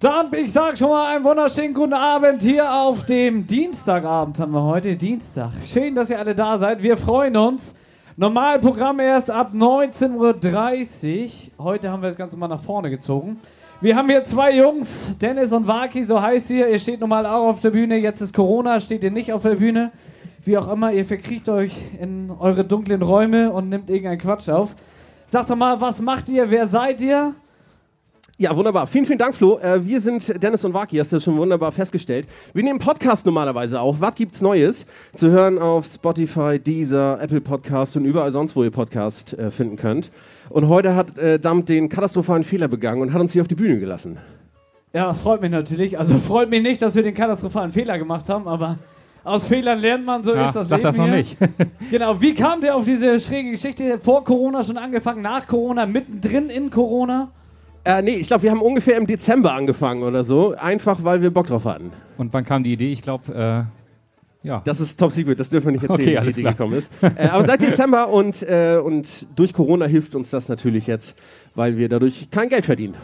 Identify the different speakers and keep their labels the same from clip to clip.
Speaker 1: Dann, ich sag schon mal einen wunderschönen guten Abend hier auf dem Dienstagabend haben wir heute, Dienstag. Schön, dass ihr alle da seid. Wir freuen uns. Normal Programm erst ab 19.30 Uhr. Heute haben wir das Ganze mal nach vorne gezogen. Wir haben hier zwei Jungs, Dennis und Waki, so heißt ihr. Ihr steht normal auch auf der Bühne. Jetzt ist Corona, steht ihr nicht auf der Bühne. Wie auch immer, ihr verkriecht euch in eure dunklen Räume und nimmt irgendeinen Quatsch auf. Sagt doch mal, was macht ihr? Wer seid ihr?
Speaker 2: Ja, wunderbar. Vielen, vielen Dank, Flo. Äh, wir sind Dennis und Waki, hast du ja schon wunderbar festgestellt. Wir nehmen Podcast normalerweise auf. Was gibt's Neues? Zu hören auf Spotify, Deezer, Apple Podcast und überall sonst, wo ihr Podcast äh, finden könnt. Und heute hat äh, Damt den katastrophalen Fehler begangen und hat uns hier auf die Bühne gelassen.
Speaker 1: Ja, freut mich natürlich. Also freut mich nicht, dass wir den katastrophalen Fehler gemacht haben, aber aus Fehlern lernt man, so
Speaker 3: Ja,
Speaker 1: ist das
Speaker 3: sag
Speaker 1: Leben
Speaker 3: das noch
Speaker 1: hier.
Speaker 3: nicht.
Speaker 1: Genau, wie kam der auf diese schräge Geschichte? Vor Corona schon angefangen, nach Corona, mittendrin in Corona?
Speaker 2: Äh, nee, ich glaube, wir haben ungefähr im Dezember angefangen oder so. Einfach, weil wir Bock drauf hatten.
Speaker 3: Und wann kam die Idee? Ich glaube, äh, ja.
Speaker 2: Das ist top secret, das dürfen wir nicht erzählen,
Speaker 3: Okay,
Speaker 2: wie
Speaker 3: alles
Speaker 2: die
Speaker 3: klar.
Speaker 2: gekommen ist. Äh, aber seit Dezember und, äh, und durch Corona hilft uns das natürlich jetzt, weil wir dadurch kein Geld verdienen.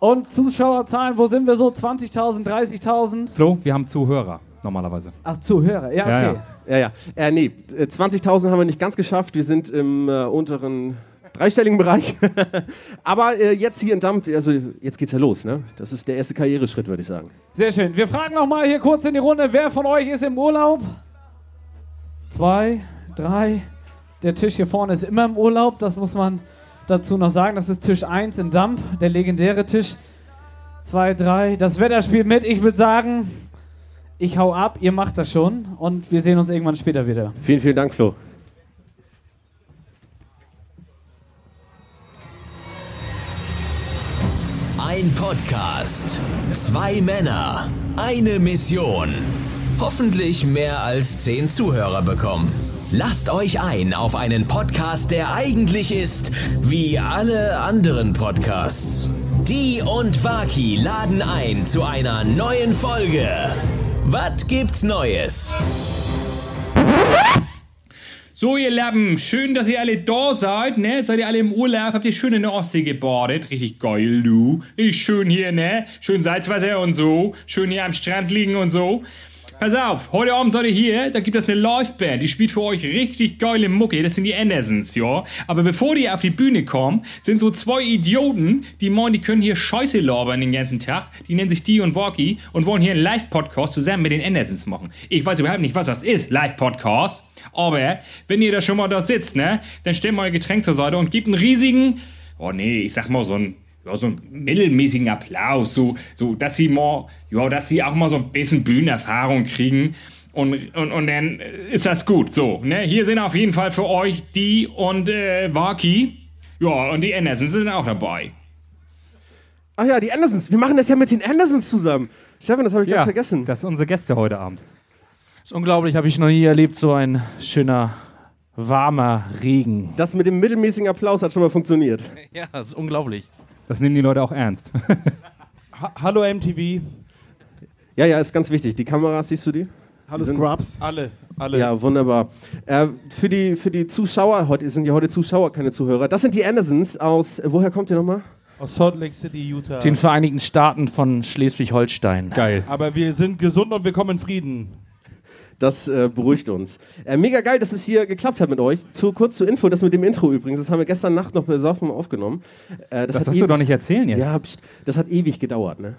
Speaker 1: Und Zuschauerzahlen, wo sind wir so? 20.000, 30.000?
Speaker 3: Flo, wir haben Zuhörer normalerweise.
Speaker 1: Ach, Zuhörer, ja, okay.
Speaker 3: Ja,
Speaker 2: Ja, ja. Äh, nee, äh, 20.000 haben wir nicht ganz geschafft. Wir sind im äh, unteren dreistelligen Bereich. Aber äh, jetzt hier in Damt, also jetzt geht's ja los, ne? Das ist der erste Karriereschritt, würde ich sagen.
Speaker 1: Sehr schön. Wir fragen nochmal hier kurz in die Runde, wer von euch ist im Urlaub? Zwei, drei. Der Tisch hier vorne ist immer im Urlaub, das muss man dazu noch sagen. Das ist Tisch 1 in Damp, der legendäre Tisch. Zwei, drei. Das Wetter spielt mit. Ich würde sagen, ich hau ab, ihr macht das schon und wir sehen uns irgendwann später wieder.
Speaker 2: Vielen, vielen Dank, Flo.
Speaker 4: Ein Podcast, zwei Männer, eine Mission. Hoffentlich mehr als zehn Zuhörer bekommen. Lasst euch ein auf einen Podcast, der eigentlich ist wie alle anderen Podcasts. Die und Waki laden ein zu einer neuen Folge. Was gibt's Neues?
Speaker 5: So, ihr Lappen, schön, dass ihr alle da seid, ne? Seid ihr alle im Urlaub? Habt ihr schön in der Ostsee gebadet? Richtig geil, du. Richtig schön hier, ne? Schön Salzwasser und so. Schön hier am Strand liegen und so. Pass auf, heute Abend seid ihr hier, da gibt es eine Liveband, die spielt für euch richtig geile Mucke, das sind die Andersons, ja. Aber bevor die auf die Bühne kommen, sind so zwei Idioten, die meinen, die können hier Scheiße labern den ganzen Tag, die nennen sich Dee und Walkie und wollen hier einen Live-Podcast zusammen mit den Andersons machen. Ich weiß überhaupt nicht, was das ist, Live-Podcast. Aber wenn ihr da schon mal da sitzt, ne, dann stellt mal euer Getränk zur Seite und gebt einen riesigen, oh nee, ich sag mal so einen, ja, so einen mittelmäßigen Applaus, so, so, dass sie mal, ja, dass sie auch mal so ein bisschen Bühnenerfahrung kriegen. Und, und, und dann ist das gut. So, ne? Hier sind auf jeden Fall für euch die und äh, Waki. Ja, und die Andersons sind auch dabei.
Speaker 2: Ach ja, die Andersons. Wir machen das ja mit den Andersons zusammen. Stefan, das habe ich
Speaker 3: ja
Speaker 2: ganz vergessen.
Speaker 3: Das sind unsere Gäste heute Abend.
Speaker 6: Ist unglaublich, habe ich noch nie erlebt, so ein schöner, warmer Regen.
Speaker 2: Das mit dem mittelmäßigen Applaus hat schon mal funktioniert.
Speaker 6: Ja, das ist unglaublich.
Speaker 3: Das nehmen die Leute auch ernst.
Speaker 7: Hallo MTV.
Speaker 2: Ja, ja, ist ganz wichtig. Die Kameras, siehst du die?
Speaker 7: Hallo
Speaker 2: sind-
Speaker 7: Scrubs. Alle, alle.
Speaker 2: Ja, wunderbar. Äh, für, die, für die Zuschauer, heute sind ja heute Zuschauer, keine Zuhörer. Das sind die Andersons aus, woher kommt ihr nochmal?
Speaker 7: Aus Salt Lake City, Utah.
Speaker 6: Den Vereinigten Staaten von Schleswig-Holstein.
Speaker 3: Geil.
Speaker 7: Aber wir sind gesund und wir kommen in Frieden.
Speaker 2: Das äh, beruhigt uns. Äh, mega geil, dass es hier geklappt hat mit euch. Zu, kurz zur Info, das mit dem Intro übrigens, das haben wir gestern Nacht noch besoffen aufgenommen. Äh,
Speaker 3: Das
Speaker 2: hat
Speaker 3: darfst du
Speaker 2: ewi-
Speaker 3: doch nicht erzählen jetzt.
Speaker 2: Ja, pst, das hat ewig gedauert, ne?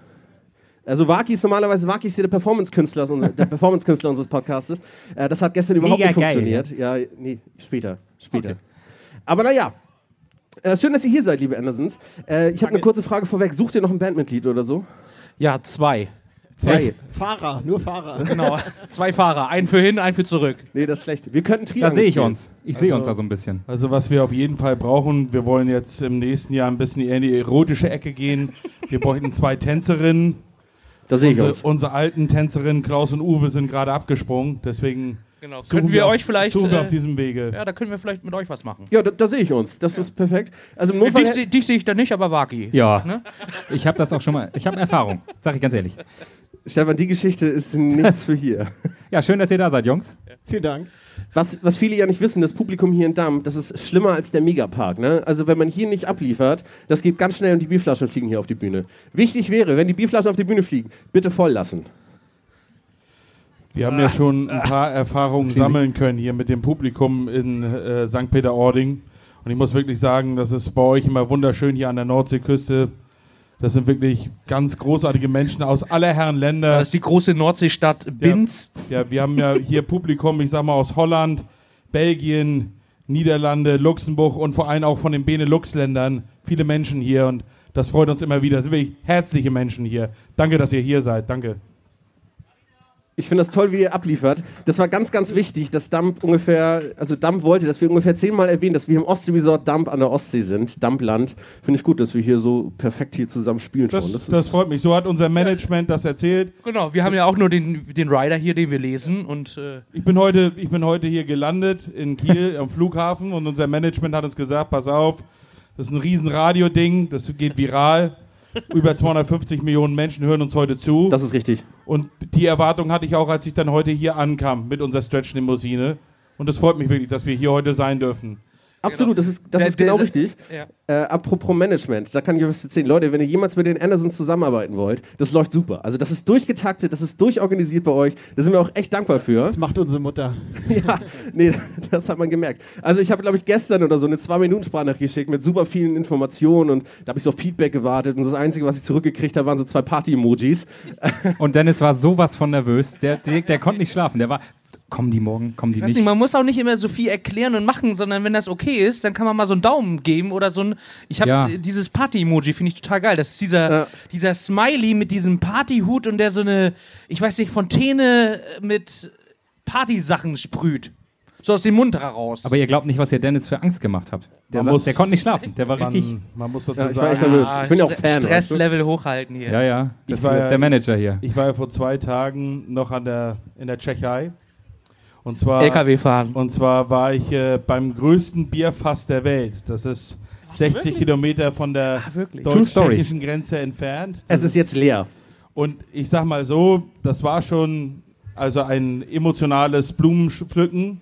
Speaker 2: Also Waki ist normalerweise Waki ist hier der Performance-Künstler aus unser- der Performance-Künstler unseres Podcastes. Äh, das hat gestern überhaupt
Speaker 3: Mega
Speaker 2: nicht
Speaker 3: geil.
Speaker 2: funktioniert. Ja, nee, später. Später. Aber naja. Äh, schön, dass ihr hier seid, liebe Andersons. Äh, ich habe eine kurze Frage vorweg. Sucht ihr noch ein Bandmitglied oder so?
Speaker 6: Ja, zwei.
Speaker 2: Zwei.
Speaker 7: Fahrer, nur Fahrer.
Speaker 6: Genau. zwei Fahrer. Einen für hin, einen für zurück.
Speaker 2: Nee, das ist schlecht. Wir könnten Triangle
Speaker 3: Da sehe ich
Speaker 2: spielen.
Speaker 3: uns. Ich sehe uns da so ein bisschen.
Speaker 7: Also was wir auf jeden Fall brauchen, wir wollen jetzt im nächsten Jahr ein bisschen eher in die erotische Ecke gehen. Wir bräuchten zwei Tänzerinnen.
Speaker 2: Da sehe ich uns.
Speaker 7: Unsere, unsere alten Tänzerinnen Klaus und Uwe sind gerade abgesprungen. Deswegen
Speaker 6: Genau.
Speaker 7: suchen
Speaker 6: Können wir
Speaker 7: auf,
Speaker 6: euch vielleicht.
Speaker 7: suchen wir auf
Speaker 6: Äh,
Speaker 7: diesem Wege.
Speaker 6: ja, da können wir vielleicht mit euch was machen. Äh,
Speaker 2: Ja, da, da sehe ich uns. Das ist perfekt. Also im Notfall
Speaker 6: Dich, seh- dich sehe ich da nicht, aber Waki.
Speaker 3: Ja.
Speaker 6: Ne?
Speaker 3: Ich habe das auch schon mal. Ich habe Erfahrung. Sag ich ganz ehrlich.
Speaker 2: Stefan, die Geschichte ist nichts für hier.
Speaker 3: Ja, schön, dass ihr da seid, Jungs.
Speaker 8: Vielen Dank.
Speaker 2: Was, was viele ja nicht wissen, das Publikum hier in Damm, das ist schlimmer als der Megapark. Ne? Also wenn man hier nicht abliefert, das geht ganz schnell und die Bierflaschen fliegen hier auf die Bühne. Wichtig wäre, wenn die Bierflaschen auf die Bühne fliegen, bitte voll lassen.
Speaker 7: Wir haben ja schon ein paar Erfahrungen sammeln können hier mit dem Publikum in äh, St. Peter-Ording. Und ich muss wirklich sagen, das ist bei euch immer wunderschön hier an der Nordseeküste. Das sind wirklich ganz großartige Menschen aus aller Herren Länder.
Speaker 6: Das ist die große Nordseestadt Binz.
Speaker 7: Ja, wir haben ja hier Publikum, ich sag mal, aus Holland, Belgien, Niederlande, Luxemburg und vor allem auch von den Benelux-Ländern. Viele Menschen hier und das freut uns immer wieder. Das sind wirklich herzliche Menschen hier. Danke, dass ihr hier seid. Danke.
Speaker 2: Ich finde das toll, wie ihr abliefert. Das war ganz, ganz wichtig, dass Dump ungefähr, also Dump wollte, dass wir ungefähr zehnmal erwähnen, dass wir im Ostseeresort Dump an der Ostsee sind, Dumpland. Finde ich gut, dass wir hier so perfekt hier zusammen spielen
Speaker 7: Das,
Speaker 2: schon.
Speaker 7: das,
Speaker 2: ist-
Speaker 7: freut mich. So hat unser Management das erzählt.
Speaker 6: Genau, wir haben ja auch nur den, den Rider hier, den wir lesen und äh,
Speaker 7: Ich bin, heute, ich bin heute hier gelandet in Kiel am Flughafen und unser Management hat uns gesagt, pass auf, das ist ein riesen Radio-Ding, das geht viral. Über 250 Millionen Menschen hören uns heute zu.
Speaker 2: das ist richtig.
Speaker 7: Und die Erwartung hatte ich auch, als ich dann heute hier ankam mit unserer Stretch-Limousine. Und es freut mich wirklich, dass wir hier heute sein dürfen.
Speaker 2: Absolut, das ist, das
Speaker 6: Der-
Speaker 2: ist genau
Speaker 6: der-
Speaker 2: richtig.
Speaker 6: ja.
Speaker 2: Äh, apropos Management, da kann ich euch was erzählen. Leute, wenn ihr jemals mit den Andersons zusammenarbeiten wollt, das läuft super. Also das ist durchgetaktet, das ist durchorganisiert bei euch. Da sind wir auch echt dankbar für.
Speaker 8: Das macht unsere Mutter.
Speaker 2: Ja, nee, das hat man gemerkt. Also ich habe, glaube ich, gestern oder so eine zwei minuten sprachnachricht geschickt mit super vielen Informationen und da habe ich so auf Feedback gewartet und das Einzige, was ich zurückgekriegt habe, waren so zwei Party-Emojis.
Speaker 3: Und Dennis war sowas von nervös. Der, der, der konnte nicht schlafen. Der war, kommen die morgen, kommen die
Speaker 6: weiß
Speaker 3: nicht.
Speaker 6: nicht, man muss auch nicht immer so viel erklären und machen, sondern wenn das okay ist, dann kann man mal so einen Daumen geben oder so ein. Ich habe
Speaker 3: Ja.
Speaker 6: äh, dieses Party-Emoji, finde ich total geil. Das ist dieser,
Speaker 2: Ja.
Speaker 6: dieser Smiley mit diesem Partyhut und der so eine, ich weiß nicht, Fontäne mit Partysachen sprüht. So aus dem Mund heraus.
Speaker 3: Aber ihr glaubt nicht, was ihr Dennis für Angst gemacht habt. Der,
Speaker 7: Man
Speaker 3: sa-
Speaker 7: muss-
Speaker 3: der konnte nicht schlafen. Der war richtig.
Speaker 7: Man, man muss dazu
Speaker 2: Ja, ich war
Speaker 7: sagen,
Speaker 2: echt nervös.
Speaker 6: Ah,
Speaker 2: Ich bin ja auch
Speaker 6: Stre-
Speaker 2: Fan. weißt du?
Speaker 6: Stresslevel hochhalten hier.
Speaker 3: Ja, ja. Das
Speaker 7: Ich war
Speaker 3: ist
Speaker 7: ja-
Speaker 3: der Manager hier.
Speaker 7: ich war ja vor zwei Tagen noch an der, in der Tschechei. Und zwar,
Speaker 6: LKW fahren.
Speaker 7: und zwach war ich äh, beim größten Bierfass der Welt. Das ist 60 Kilometer von der
Speaker 6: wirklich?
Speaker 3: True story.
Speaker 7: deutsch-tschechischen Grenze entfernt.
Speaker 2: Es ist jetzt leer.
Speaker 7: Und ich sag mal so, das war schon also ein emotionales Blumenpflücken,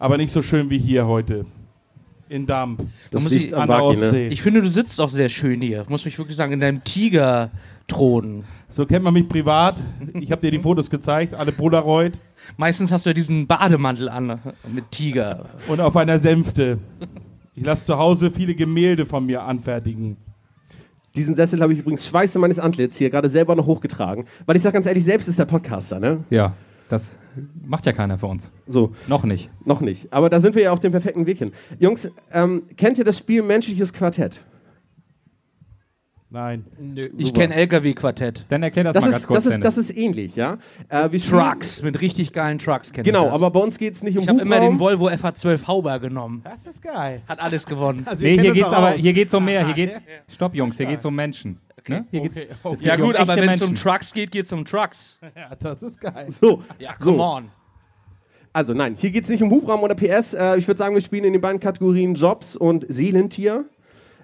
Speaker 7: aber nicht so schön wie hier heute. In Damp.
Speaker 2: Das
Speaker 6: muss
Speaker 2: liegt
Speaker 6: ich
Speaker 2: am
Speaker 7: An der
Speaker 2: Baki, ne?
Speaker 7: Ostsee.
Speaker 6: Ich finde, du sitzt auch sehr schön hier. Muss mich wirklich sagen, in deinem Tigerthron.
Speaker 7: So kennt man mich privat. Ich habe dir die Fotos gezeigt, alle Polaroid
Speaker 6: Meistens hast du ja diesen Bademantel an mit Tiger.
Speaker 7: und auf einer Sänfte. Ich lasse zu Hause viele Gemälde von mir anfertigen.
Speaker 2: Diesen Sessel habe ich übrigens schweiße meines Antlitz hier gerade selber noch hochgetragen. Weil ich sage ganz ehrlich, selbst ist der Podcaster, ne?
Speaker 3: Ja, das macht ja keiner für uns.
Speaker 2: So,
Speaker 3: Noch nicht.
Speaker 2: noch nicht. Aber da sind wir ja auf dem perfekten Weg hin. Jungs, ähm, kennt ihr das Spiel Menschliches Quartett?
Speaker 7: Nein.
Speaker 6: Ich kenne LKW-Quartett.
Speaker 3: Dann erklär das,
Speaker 2: Das
Speaker 3: mal ganz
Speaker 2: ist,
Speaker 3: kurz,
Speaker 2: das ist,
Speaker 3: Dennis.
Speaker 2: das ist ähnlich, ja? Äh, wir spielen-
Speaker 6: Trucks, mit richtig geilen Trucks kenne
Speaker 2: Genau,
Speaker 6: ich das.
Speaker 2: aber bei uns geht es nicht um
Speaker 6: Ich habe immer den
Speaker 2: Hubraum.
Speaker 6: Volvo FH12 Hauber genommen.
Speaker 7: Das ist geil.
Speaker 6: Hat alles gewonnen.
Speaker 8: Also
Speaker 3: Nee,
Speaker 8: kennen
Speaker 3: hier
Speaker 8: uns
Speaker 3: geht's
Speaker 8: auch
Speaker 3: aber,
Speaker 8: aus.
Speaker 3: hier geht's um mehr. Hier geht's, stopp, Jungs, hier geht's um Menschen. Ne? Hier geht's, es geht
Speaker 6: Ja
Speaker 3: hier um
Speaker 6: gut, aber
Speaker 3: echte
Speaker 6: wenn es um
Speaker 3: Menschen.
Speaker 6: Trucks geht, geht es um Trucks.
Speaker 7: Ja, das ist geil.
Speaker 2: So,
Speaker 6: Ja,
Speaker 2: so.
Speaker 6: come on.
Speaker 2: Also nein, hier geht es nicht um Hubraum oder PS. Äh, ich würde sagen, wir spielen in den beiden Kategorien Jobs und Seelentier.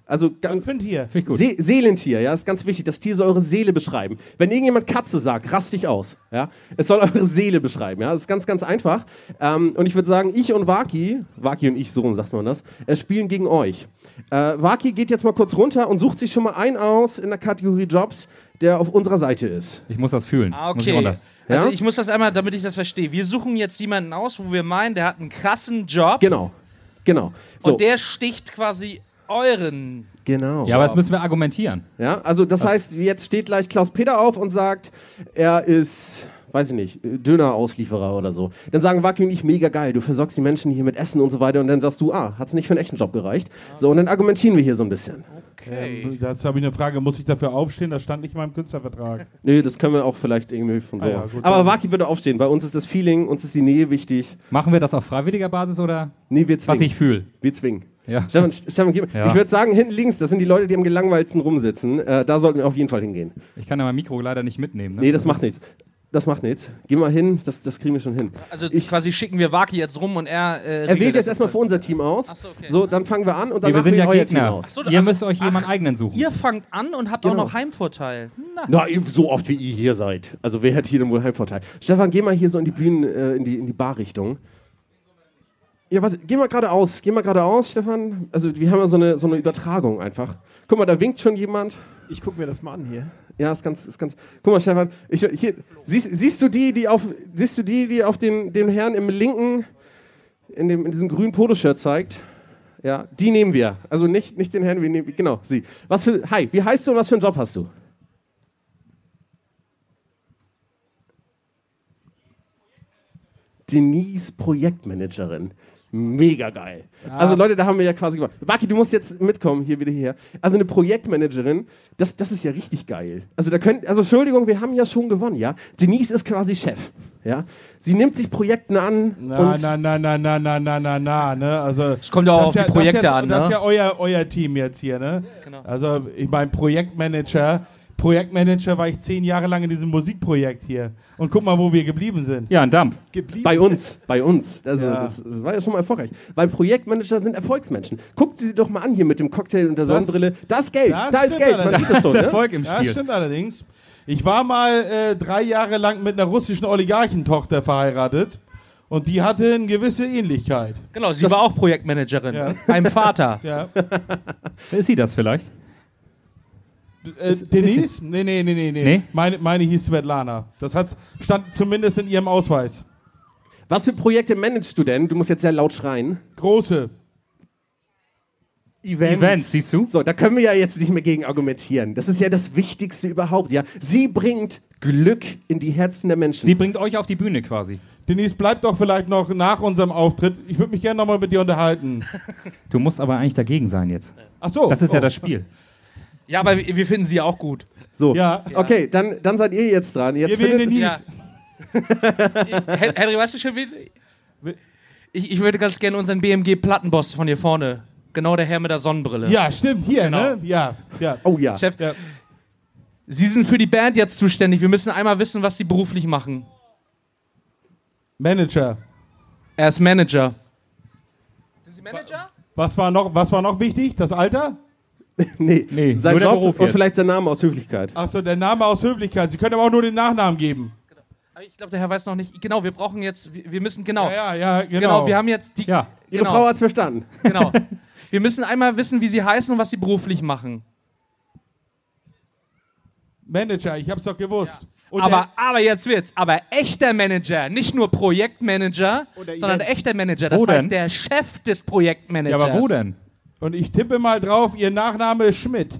Speaker 2: Also ganz
Speaker 7: Find hier.
Speaker 3: Finde ich gut.
Speaker 2: Se Seelentier, ja, ist ganz wichtig. Das Tier soll eure Seele beschreiben. Wenn irgendjemand Katze sagt, rast dich aus. Ja, es soll eure Seele beschreiben. Ja, das ist ganz, ganz einfach. Ähm, und ich würde sagen, ich und Waki, Waki und ich, so rum sagt man das, äh, spielen gegen euch. Äh, Waki geht jetzt mal kurz runter und sucht sich schon mal einen aus in der Kategorie Jobs, der auf unserer Seite ist.
Speaker 3: Ich muss das fühlen.
Speaker 6: Ah,
Speaker 3: Muss ich
Speaker 6: okay.
Speaker 3: runter.
Speaker 6: also
Speaker 2: Ja?
Speaker 6: ich muss das einmal, damit ich das verstehe. Wir suchen jetzt jemanden aus, wo wir meinen, der hat einen krassen Job
Speaker 2: Genau, genau. So,
Speaker 6: und der sticht quasi euren.
Speaker 2: genau.
Speaker 3: Ja, aber das müssen wir argumentieren.
Speaker 2: Ja, also das heißt, jetzt steht gleich Klaus Peter auf und sagt, er ist, weiß ich nicht, Dönerauslieferer oder so. Dann sagen Waki und ich, mega geil, du versorgst die Menschen hier mit Essen und so weiter. Und dann sagst du, ah, hat's nicht für einen echten Job gereicht. So, und dann argumentieren wir hier so ein bisschen.
Speaker 7: Ähm, dazu habe ich eine Frage. Muss ich dafür aufstehen? Das stand nicht in meinem Künstlervertrag.
Speaker 2: Nee, das können wir auch vielleicht irgendwie von so.
Speaker 7: Ah ja, gut,
Speaker 2: Aber
Speaker 7: dann-
Speaker 2: Waki würde aufstehen. Bei uns ist das Feeling, uns ist die Nähe wichtig.
Speaker 3: Machen wir das auf freiwilliger Basis oder
Speaker 2: Nee, wir
Speaker 3: was
Speaker 2: zwingen.
Speaker 3: ich fühle?
Speaker 2: Wir zwingen.
Speaker 3: Ja.
Speaker 2: Stefan, Stefan gib,
Speaker 3: Ja.
Speaker 2: Ich würde sagen, hinten links, das sind die Leute, die am gelangweilsten rumsitzen. Äh, da sollten wir auf jeden Fall hingehen.
Speaker 3: Ich kann ja mein Mikro leider nicht mitnehmen. Ne?
Speaker 2: Nee, das macht nichts. Das macht nichts. Geh mal hin, das, das kriegen wir schon hin.
Speaker 6: Also
Speaker 2: Ich-
Speaker 6: quasi schicken wir Waki jetzt rum und er. Äh,
Speaker 2: Er
Speaker 6: regelt
Speaker 2: wählt
Speaker 6: das
Speaker 2: jetzt erstmal für unser Team aus.
Speaker 6: so, okay.
Speaker 2: So, dann fangen wir an und
Speaker 3: Nee,
Speaker 2: dann
Speaker 3: wir sind ja
Speaker 2: euer Team
Speaker 3: Gegner.
Speaker 2: aus.
Speaker 6: so,
Speaker 3: ihr
Speaker 6: ach so.
Speaker 3: müsst euch jemanden eigenen suchen.
Speaker 6: Ihr fangt an und habt
Speaker 2: Genau.
Speaker 6: auch noch Heimvorteil.
Speaker 2: Na, eben so oft wie ihr hier seid. Also wer hat hier denn wohl Heimvorteil? Stefan, geh mal hier so in die Bühnen, äh, in die, in die Barrichtung. Ja, was, geh mal geradeaus, geh mal geradeaus, Stefan. Also wir haben ja so eine, so eine Übertragung einfach. Guck mal, da winkt schon jemand.
Speaker 8: Ich gucke mir das mal an hier.
Speaker 2: Ja, ist ganz, ist ganz. Guck mal, Stefan, ich, hier, siehst, siehst du die, die auf, siehst du die, die auf den, den Herrn im linken, in, dem, in diesem grünen Poloshirt zeigt? Ja, die nehmen wir. Also nicht, nicht den Herrn, wir nehmen, genau, sie. Was für, hi, wie heißt du und was für einen Job hast du? Denise Projektmanagerin. Mega geil. Also Leute, da haben wir ja quasi gemacht. Waki, du musst jetzt mitkommen hier wieder hierher. Also eine Projektmanagerin, das, das ist ja richtig geil. Also da könnt, also Entschuldigung, wir haben ja schon gewonnen, ja. Denise ist quasi Chef, ja. Sie nimmt sich Projekten an
Speaker 7: Na,
Speaker 2: und
Speaker 7: na, na, na, na, na, na, na, na, ne? Also,
Speaker 6: Es kommt ja auch auf
Speaker 7: das ist ja-
Speaker 6: die Projekte
Speaker 7: das ist ja,
Speaker 6: an,
Speaker 7: Das ist
Speaker 6: ne?
Speaker 7: ja euer, euer Team jetzt hier, ne?
Speaker 6: genau.
Speaker 7: Also, ich meine, Projektmanager. Projektmanager war ich zehn Jahre lang in diesem Musikprojekt hier. Und guck mal, wo wir geblieben sind.
Speaker 3: Ja, ein Dump.
Speaker 8: Geblieben.
Speaker 2: bei uns, bei uns. Also
Speaker 7: Ja.
Speaker 2: das, das war ja schon mal erfolgreich. Weil Projektmanager sind Erfolgsmenschen. Guckt sie doch mal an hier mit dem Cocktail und der
Speaker 7: Das-
Speaker 2: Sonnenbrille. Da ist Geld,
Speaker 7: das
Speaker 2: da ist
Speaker 7: stimmt
Speaker 2: Geld. Man
Speaker 7: allerdings.
Speaker 2: sieht das schon,
Speaker 3: Das ist
Speaker 2: ne?
Speaker 3: Erfolg im
Speaker 7: Ja,
Speaker 3: Spiel.
Speaker 7: stimmt allerdings. Ich war mal äh, drei Jahre lang mit einer russischen Oligarchentochter verheiratet. Und die hatte eine gewisse Ähnlichkeit.
Speaker 6: Genau, sie war auch Projektmanagerin.
Speaker 7: Ja.
Speaker 6: Einem Vater.
Speaker 7: Ja.
Speaker 3: Ist sie das vielleicht?
Speaker 7: Äh, Denise? Nee, nee, nee, nee. nee.
Speaker 3: Nee?
Speaker 7: Meine, meine hieß Svetlana. Das hat, stand zumindest in ihrem Ausweis.
Speaker 2: Was für Projekte managst du denn? Du musst jetzt sehr laut schreien.
Speaker 7: Große.
Speaker 2: Events.
Speaker 3: Events, siehst du?
Speaker 2: So, da können wir ja jetzt nicht mehr gegen argumentieren. Das ist ja das Wichtigste überhaupt. Ja, sie bringt Glück in die Herzen der Menschen.
Speaker 3: Sie bringt euch auf die Bühne quasi.
Speaker 7: Denise, bleib doch vielleicht noch nach unserem Auftritt. Ich würde mich gerne nochmal mit dir unterhalten.
Speaker 3: Du musst aber eigentlich dagegen sein jetzt.
Speaker 7: Ach so.
Speaker 3: Das ist ja
Speaker 7: Oh.
Speaker 3: das Spiel.
Speaker 6: Ja, aber wir wir finden sie auch gut.
Speaker 2: so,
Speaker 7: Ja.
Speaker 2: okay, dann, dann seid ihr jetzt dran. Jetzt
Speaker 7: Oh. Wir wählen
Speaker 2: findet-
Speaker 7: Denise.
Speaker 6: Ja. Hen- Henry, weißt du schon, wie. Ich, ich würde ganz gerne unseren BMG-Plattenboss von hier vorne. Genau der Herr mit der Sonnenbrille.
Speaker 7: Ja, stimmt. Hier,
Speaker 6: Genau.
Speaker 7: ne? Ja. ja.
Speaker 2: oh ja.
Speaker 6: Chef,
Speaker 7: Ja.
Speaker 6: Sie sind für die Band jetzt zuständig. Wir müssen einmal wissen, was Sie beruflich machen.
Speaker 7: Manager.
Speaker 6: Er ist Manager. Sind Sie Manager?
Speaker 7: Was war, noch, was war noch wichtig? Das Alter?
Speaker 2: Nee,
Speaker 3: Nee,
Speaker 2: sein
Speaker 3: nur der
Speaker 2: Job
Speaker 3: Beruf
Speaker 2: und
Speaker 3: jetzt.
Speaker 2: vielleicht sein Name aus Höflichkeit.
Speaker 7: Achso, der Name aus Höflichkeit. Sie können aber auch nur den Nachnamen geben.
Speaker 6: Aber Ah, ich glaube, der Herr weiß noch nicht. Genau, wir brauchen jetzt, wir wir müssen, genau.
Speaker 7: Ja, ja, ja, genau.
Speaker 6: Genau, wir haben jetzt die.
Speaker 3: Ja.
Speaker 2: Ihre
Speaker 6: genau,
Speaker 2: Frau hat's verstanden.
Speaker 6: genau. Wir müssen einmal wissen, wie Sie heißen und was Sie beruflich machen.
Speaker 7: Manager, ich hab's doch gewusst. Und
Speaker 6: Aber, aber jetzt wird's. Aber echter Manager, nicht nur Projektmanager,
Speaker 8: Oder
Speaker 6: sondern
Speaker 8: Event.
Speaker 6: echter Manager. Das
Speaker 3: Wo
Speaker 6: heißt,
Speaker 3: denn?
Speaker 6: der Chef des
Speaker 3: Ja,
Speaker 6: Projektmanagers.
Speaker 3: aber wo denn?
Speaker 7: der, und ich tippe mal drauf, Ihr Nachname ist Schmidt.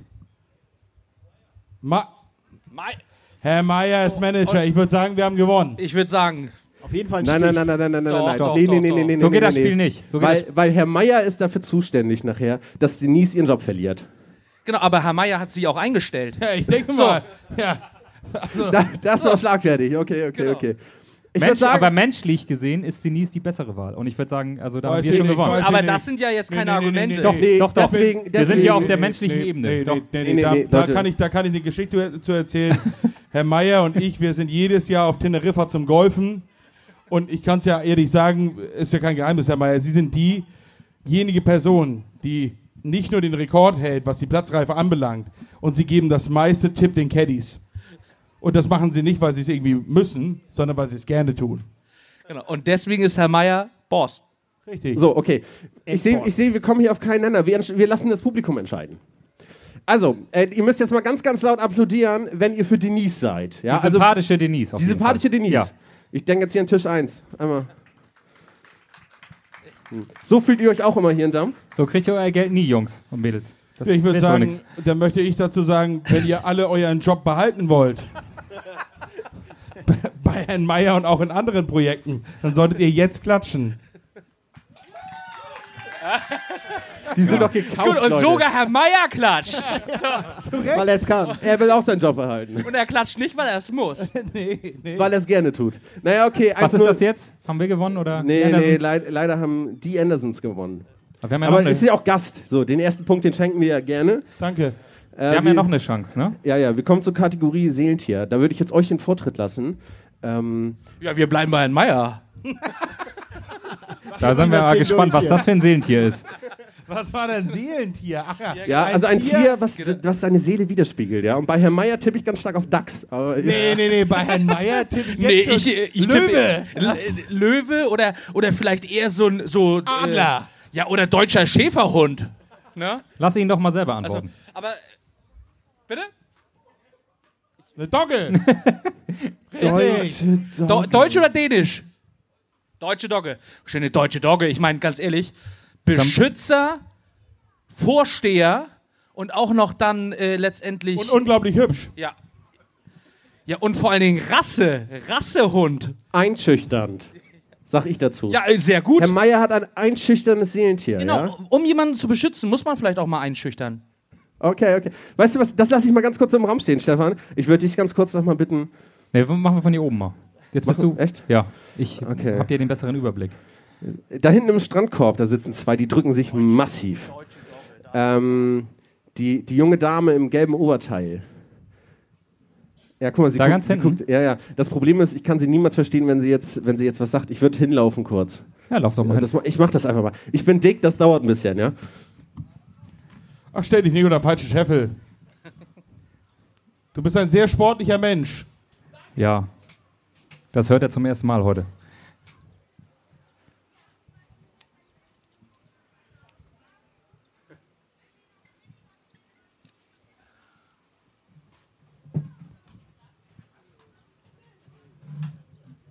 Speaker 7: Ma
Speaker 6: Mei-
Speaker 7: Herr Meier ist Manager. Ich würde sagen, wir haben gewonnen.
Speaker 6: Ich würde sagen,
Speaker 8: Auf jeden Fall ein
Speaker 2: Nein,
Speaker 8: Stich.
Speaker 2: nein, nein, nein, nein, nein, nein,
Speaker 6: Doch,
Speaker 2: nein.
Speaker 6: doch,
Speaker 2: nee,
Speaker 6: doch,
Speaker 2: nee, nee,
Speaker 6: doch.
Speaker 2: nee, nee,
Speaker 3: So
Speaker 2: nee,
Speaker 3: geht das
Speaker 2: nee.
Speaker 3: Spiel nicht. So geht das
Speaker 2: weil, weil Herr Meier ist dafür zuständig nachher, dass Denise ihren Job verliert.
Speaker 6: genau, aber Herr Meier hat sie auch eingestellt.
Speaker 7: Ja, ich denke
Speaker 6: So.
Speaker 7: mal. Ja.
Speaker 2: Da, das war schlagfertig. Okay, okay,
Speaker 6: Genau.
Speaker 2: okay. Ich würde
Speaker 3: Mensch,
Speaker 2: sagen,
Speaker 3: aber menschlich gesehen ist Denise die bessere Wahl. Und ich würde sagen, also da
Speaker 7: Weiß
Speaker 3: haben wir
Speaker 7: ich
Speaker 3: schon
Speaker 7: nicht,
Speaker 3: gewonnen.
Speaker 7: weiß
Speaker 6: aber
Speaker 7: Nee,
Speaker 6: das
Speaker 7: nee.
Speaker 6: sind ja jetzt
Speaker 7: Nee,
Speaker 6: keine
Speaker 7: nee, nee,
Speaker 6: Argumente.
Speaker 7: nee,
Speaker 3: Doch,
Speaker 7: nee.
Speaker 2: nee,
Speaker 3: doch, doch.
Speaker 2: deswegen-
Speaker 3: wir sind
Speaker 2: deswegen-
Speaker 3: ja auf der
Speaker 2: nee,
Speaker 3: menschlichen Ebene.
Speaker 7: Nee,
Speaker 3: doch.
Speaker 7: nee, nee,
Speaker 2: Nee,
Speaker 7: nee,
Speaker 2: nee,
Speaker 7: da,
Speaker 2: nee,
Speaker 7: da,
Speaker 2: Leute.
Speaker 7: kann ich, da kann ich eine Geschichte zu erzählen. Herr Meier und ich, wir sind jedes Jahr auf Teneriffa zum Golfen. Und ich kann es ja ehrlich sagen, ist ja kein Geheimnis, Herr Meier. Sie sind diejenige Person, die nicht nur den Rekord hält, was die Platzreife anbelangt. Und Sie geben das meiste Tipp den Caddies. Und das machen Sie nicht, weil Sie es irgendwie müssen, sondern weil Sie es gerne tun.
Speaker 6: Genau. Und deswegen ist Herr Meier Boss.
Speaker 7: Richtig.
Speaker 2: So, okay. Ich sehe, ich seh, wir kommen hier auf keinen Nenner. Wir, entsch- wir lassen das Publikum entscheiden. Also, äh, ihr müsst jetzt mal ganz, ganz laut applaudieren, wenn ihr für Denise seid. Ja,
Speaker 3: Die
Speaker 2: also
Speaker 3: sympathische Denise. auf
Speaker 2: die
Speaker 3: jeden Fall.
Speaker 2: sympathische Denise.
Speaker 3: Ja.
Speaker 2: Ich denke jetzt hier an Tisch 1. Einmal. Hm. So fühlt ihr euch auch immer hier in Damm?
Speaker 3: So kriegt ihr euer Geld nie, Jungs und Mädels. Das
Speaker 7: Ich würde
Speaker 3: willst du auch
Speaker 7: sagen,
Speaker 3: nix.
Speaker 7: dann möchte ich dazu sagen, wenn ihr alle euren Job behalten wollt, bei Herrn Meier und auch in anderen Projekten, dann solltet ihr jetzt klatschen.
Speaker 2: Die sind doch gekauft.
Speaker 6: Gut, und
Speaker 2: Leute.
Speaker 6: sogar Herr Meier klatscht.
Speaker 2: Weil er es kann. Er will auch seinen Job erhalten.
Speaker 6: Und er klatscht nicht, weil er es muss.
Speaker 2: Weil er es gerne tut. Naja, okay.
Speaker 3: Was ist
Speaker 2: 1-0.
Speaker 3: das jetzt? Haben wir gewonnen oder?
Speaker 2: Nee,
Speaker 3: Andersons?
Speaker 2: nee, leid, leider haben die Andersons gewonnen.
Speaker 3: Aber wir haben ja,
Speaker 2: Aber
Speaker 3: noch,
Speaker 2: es ist
Speaker 3: eine,
Speaker 2: ja auch Gast. So, den ersten Punkt, den schenken wir ja gerne.
Speaker 7: Danke.
Speaker 2: Äh,
Speaker 3: wir haben
Speaker 2: wie-
Speaker 3: ja noch eine Chance, ne?
Speaker 2: Ja, ja, wir kommen zur Kategorie Seelentier. Da würde ich jetzt euch den Vortritt lassen. Ähm,
Speaker 6: Ja, wir bleiben bei Herrn Meier.
Speaker 3: Da sind wir
Speaker 8: das
Speaker 3: mal
Speaker 8: Ding
Speaker 3: gespannt,
Speaker 8: durch
Speaker 3: was
Speaker 8: hier.
Speaker 3: das für ein Seelentier ist.
Speaker 7: Was war denn Seelentier? Ach ja.
Speaker 2: Ja, also ein Tier, was, was seine Seele widerspiegelt, ja. Und bei Herrn Meier tippe ich ganz stark auf Dachs. Aber
Speaker 7: Nee, nee, nee, bei Herrn Meier tippe ich jetzt
Speaker 6: Nee,
Speaker 7: schon
Speaker 6: ich, äh, ich
Speaker 7: Löwe.
Speaker 6: Tippe, L- äh, Löwe oder, oder vielleicht eher so ein. So,
Speaker 7: Adler.
Speaker 6: Äh, ja, oder deutscher Schäferhund. Ne?
Speaker 3: Lass ihn doch mal selber
Speaker 6: Also,
Speaker 3: antworten.
Speaker 6: aber. Bitte?
Speaker 7: Eine Dogge. Richtig.
Speaker 2: Deutsche
Speaker 6: Do
Speaker 2: Dog-
Speaker 6: Deutsch oder Dänisch? Deutsche Dogge. Schöne deutsche Dogge. Ich meine, ganz ehrlich, Beschützer, Vorsteher und auch noch dann äh, letztendlich.
Speaker 7: Und unglaublich hübsch.
Speaker 6: ja. Ja, und vor allen Dingen Rasse. Rassehund.
Speaker 2: Einschüchternd, sag ich dazu.
Speaker 6: Ja, äh, sehr gut.
Speaker 2: Herr Meier hat ein einschüchterndes Seelentier,
Speaker 6: genau.
Speaker 2: ja?
Speaker 6: Um jemanden zu beschützen, muss man vielleicht auch mal einschüchtern.
Speaker 2: Okay, okay. Weißt du was, das lasse ich mal ganz kurz im Raum stehen, Stefan. Ich würde dich ganz kurz nochmal bitten.
Speaker 3: Nee, machen wir von hier oben mal. Jetzt bist du.
Speaker 2: Echt?
Speaker 3: Ja, ich
Speaker 2: Okay.
Speaker 3: habe hier den besseren Überblick.
Speaker 2: Da hinten im Strandkorb, da sitzen zwei, die drücken sich massiv. Ähm, die, die junge Dame im gelben Oberteil. Ja, guck mal, sie,
Speaker 3: Da
Speaker 2: guckt,
Speaker 3: ganz
Speaker 2: sie
Speaker 3: hinten?
Speaker 2: guckt. Ja, ja. Das Problem ist, ich kann sie niemals verstehen, wenn sie jetzt, wenn sie jetzt was sagt. Ich würde hinlaufen kurz.
Speaker 3: Ja, lauf doch mal.
Speaker 2: Ja,
Speaker 3: hin.
Speaker 2: das, ma- ich mach das einfach mal. Ich bin dick, das dauert ein bisschen, ja?
Speaker 7: Ach, stell dich nicht unter falsche Scheffel. Du bist ein sehr sportlicher Mensch.
Speaker 3: ja. Das hört er zum ersten Mal heute.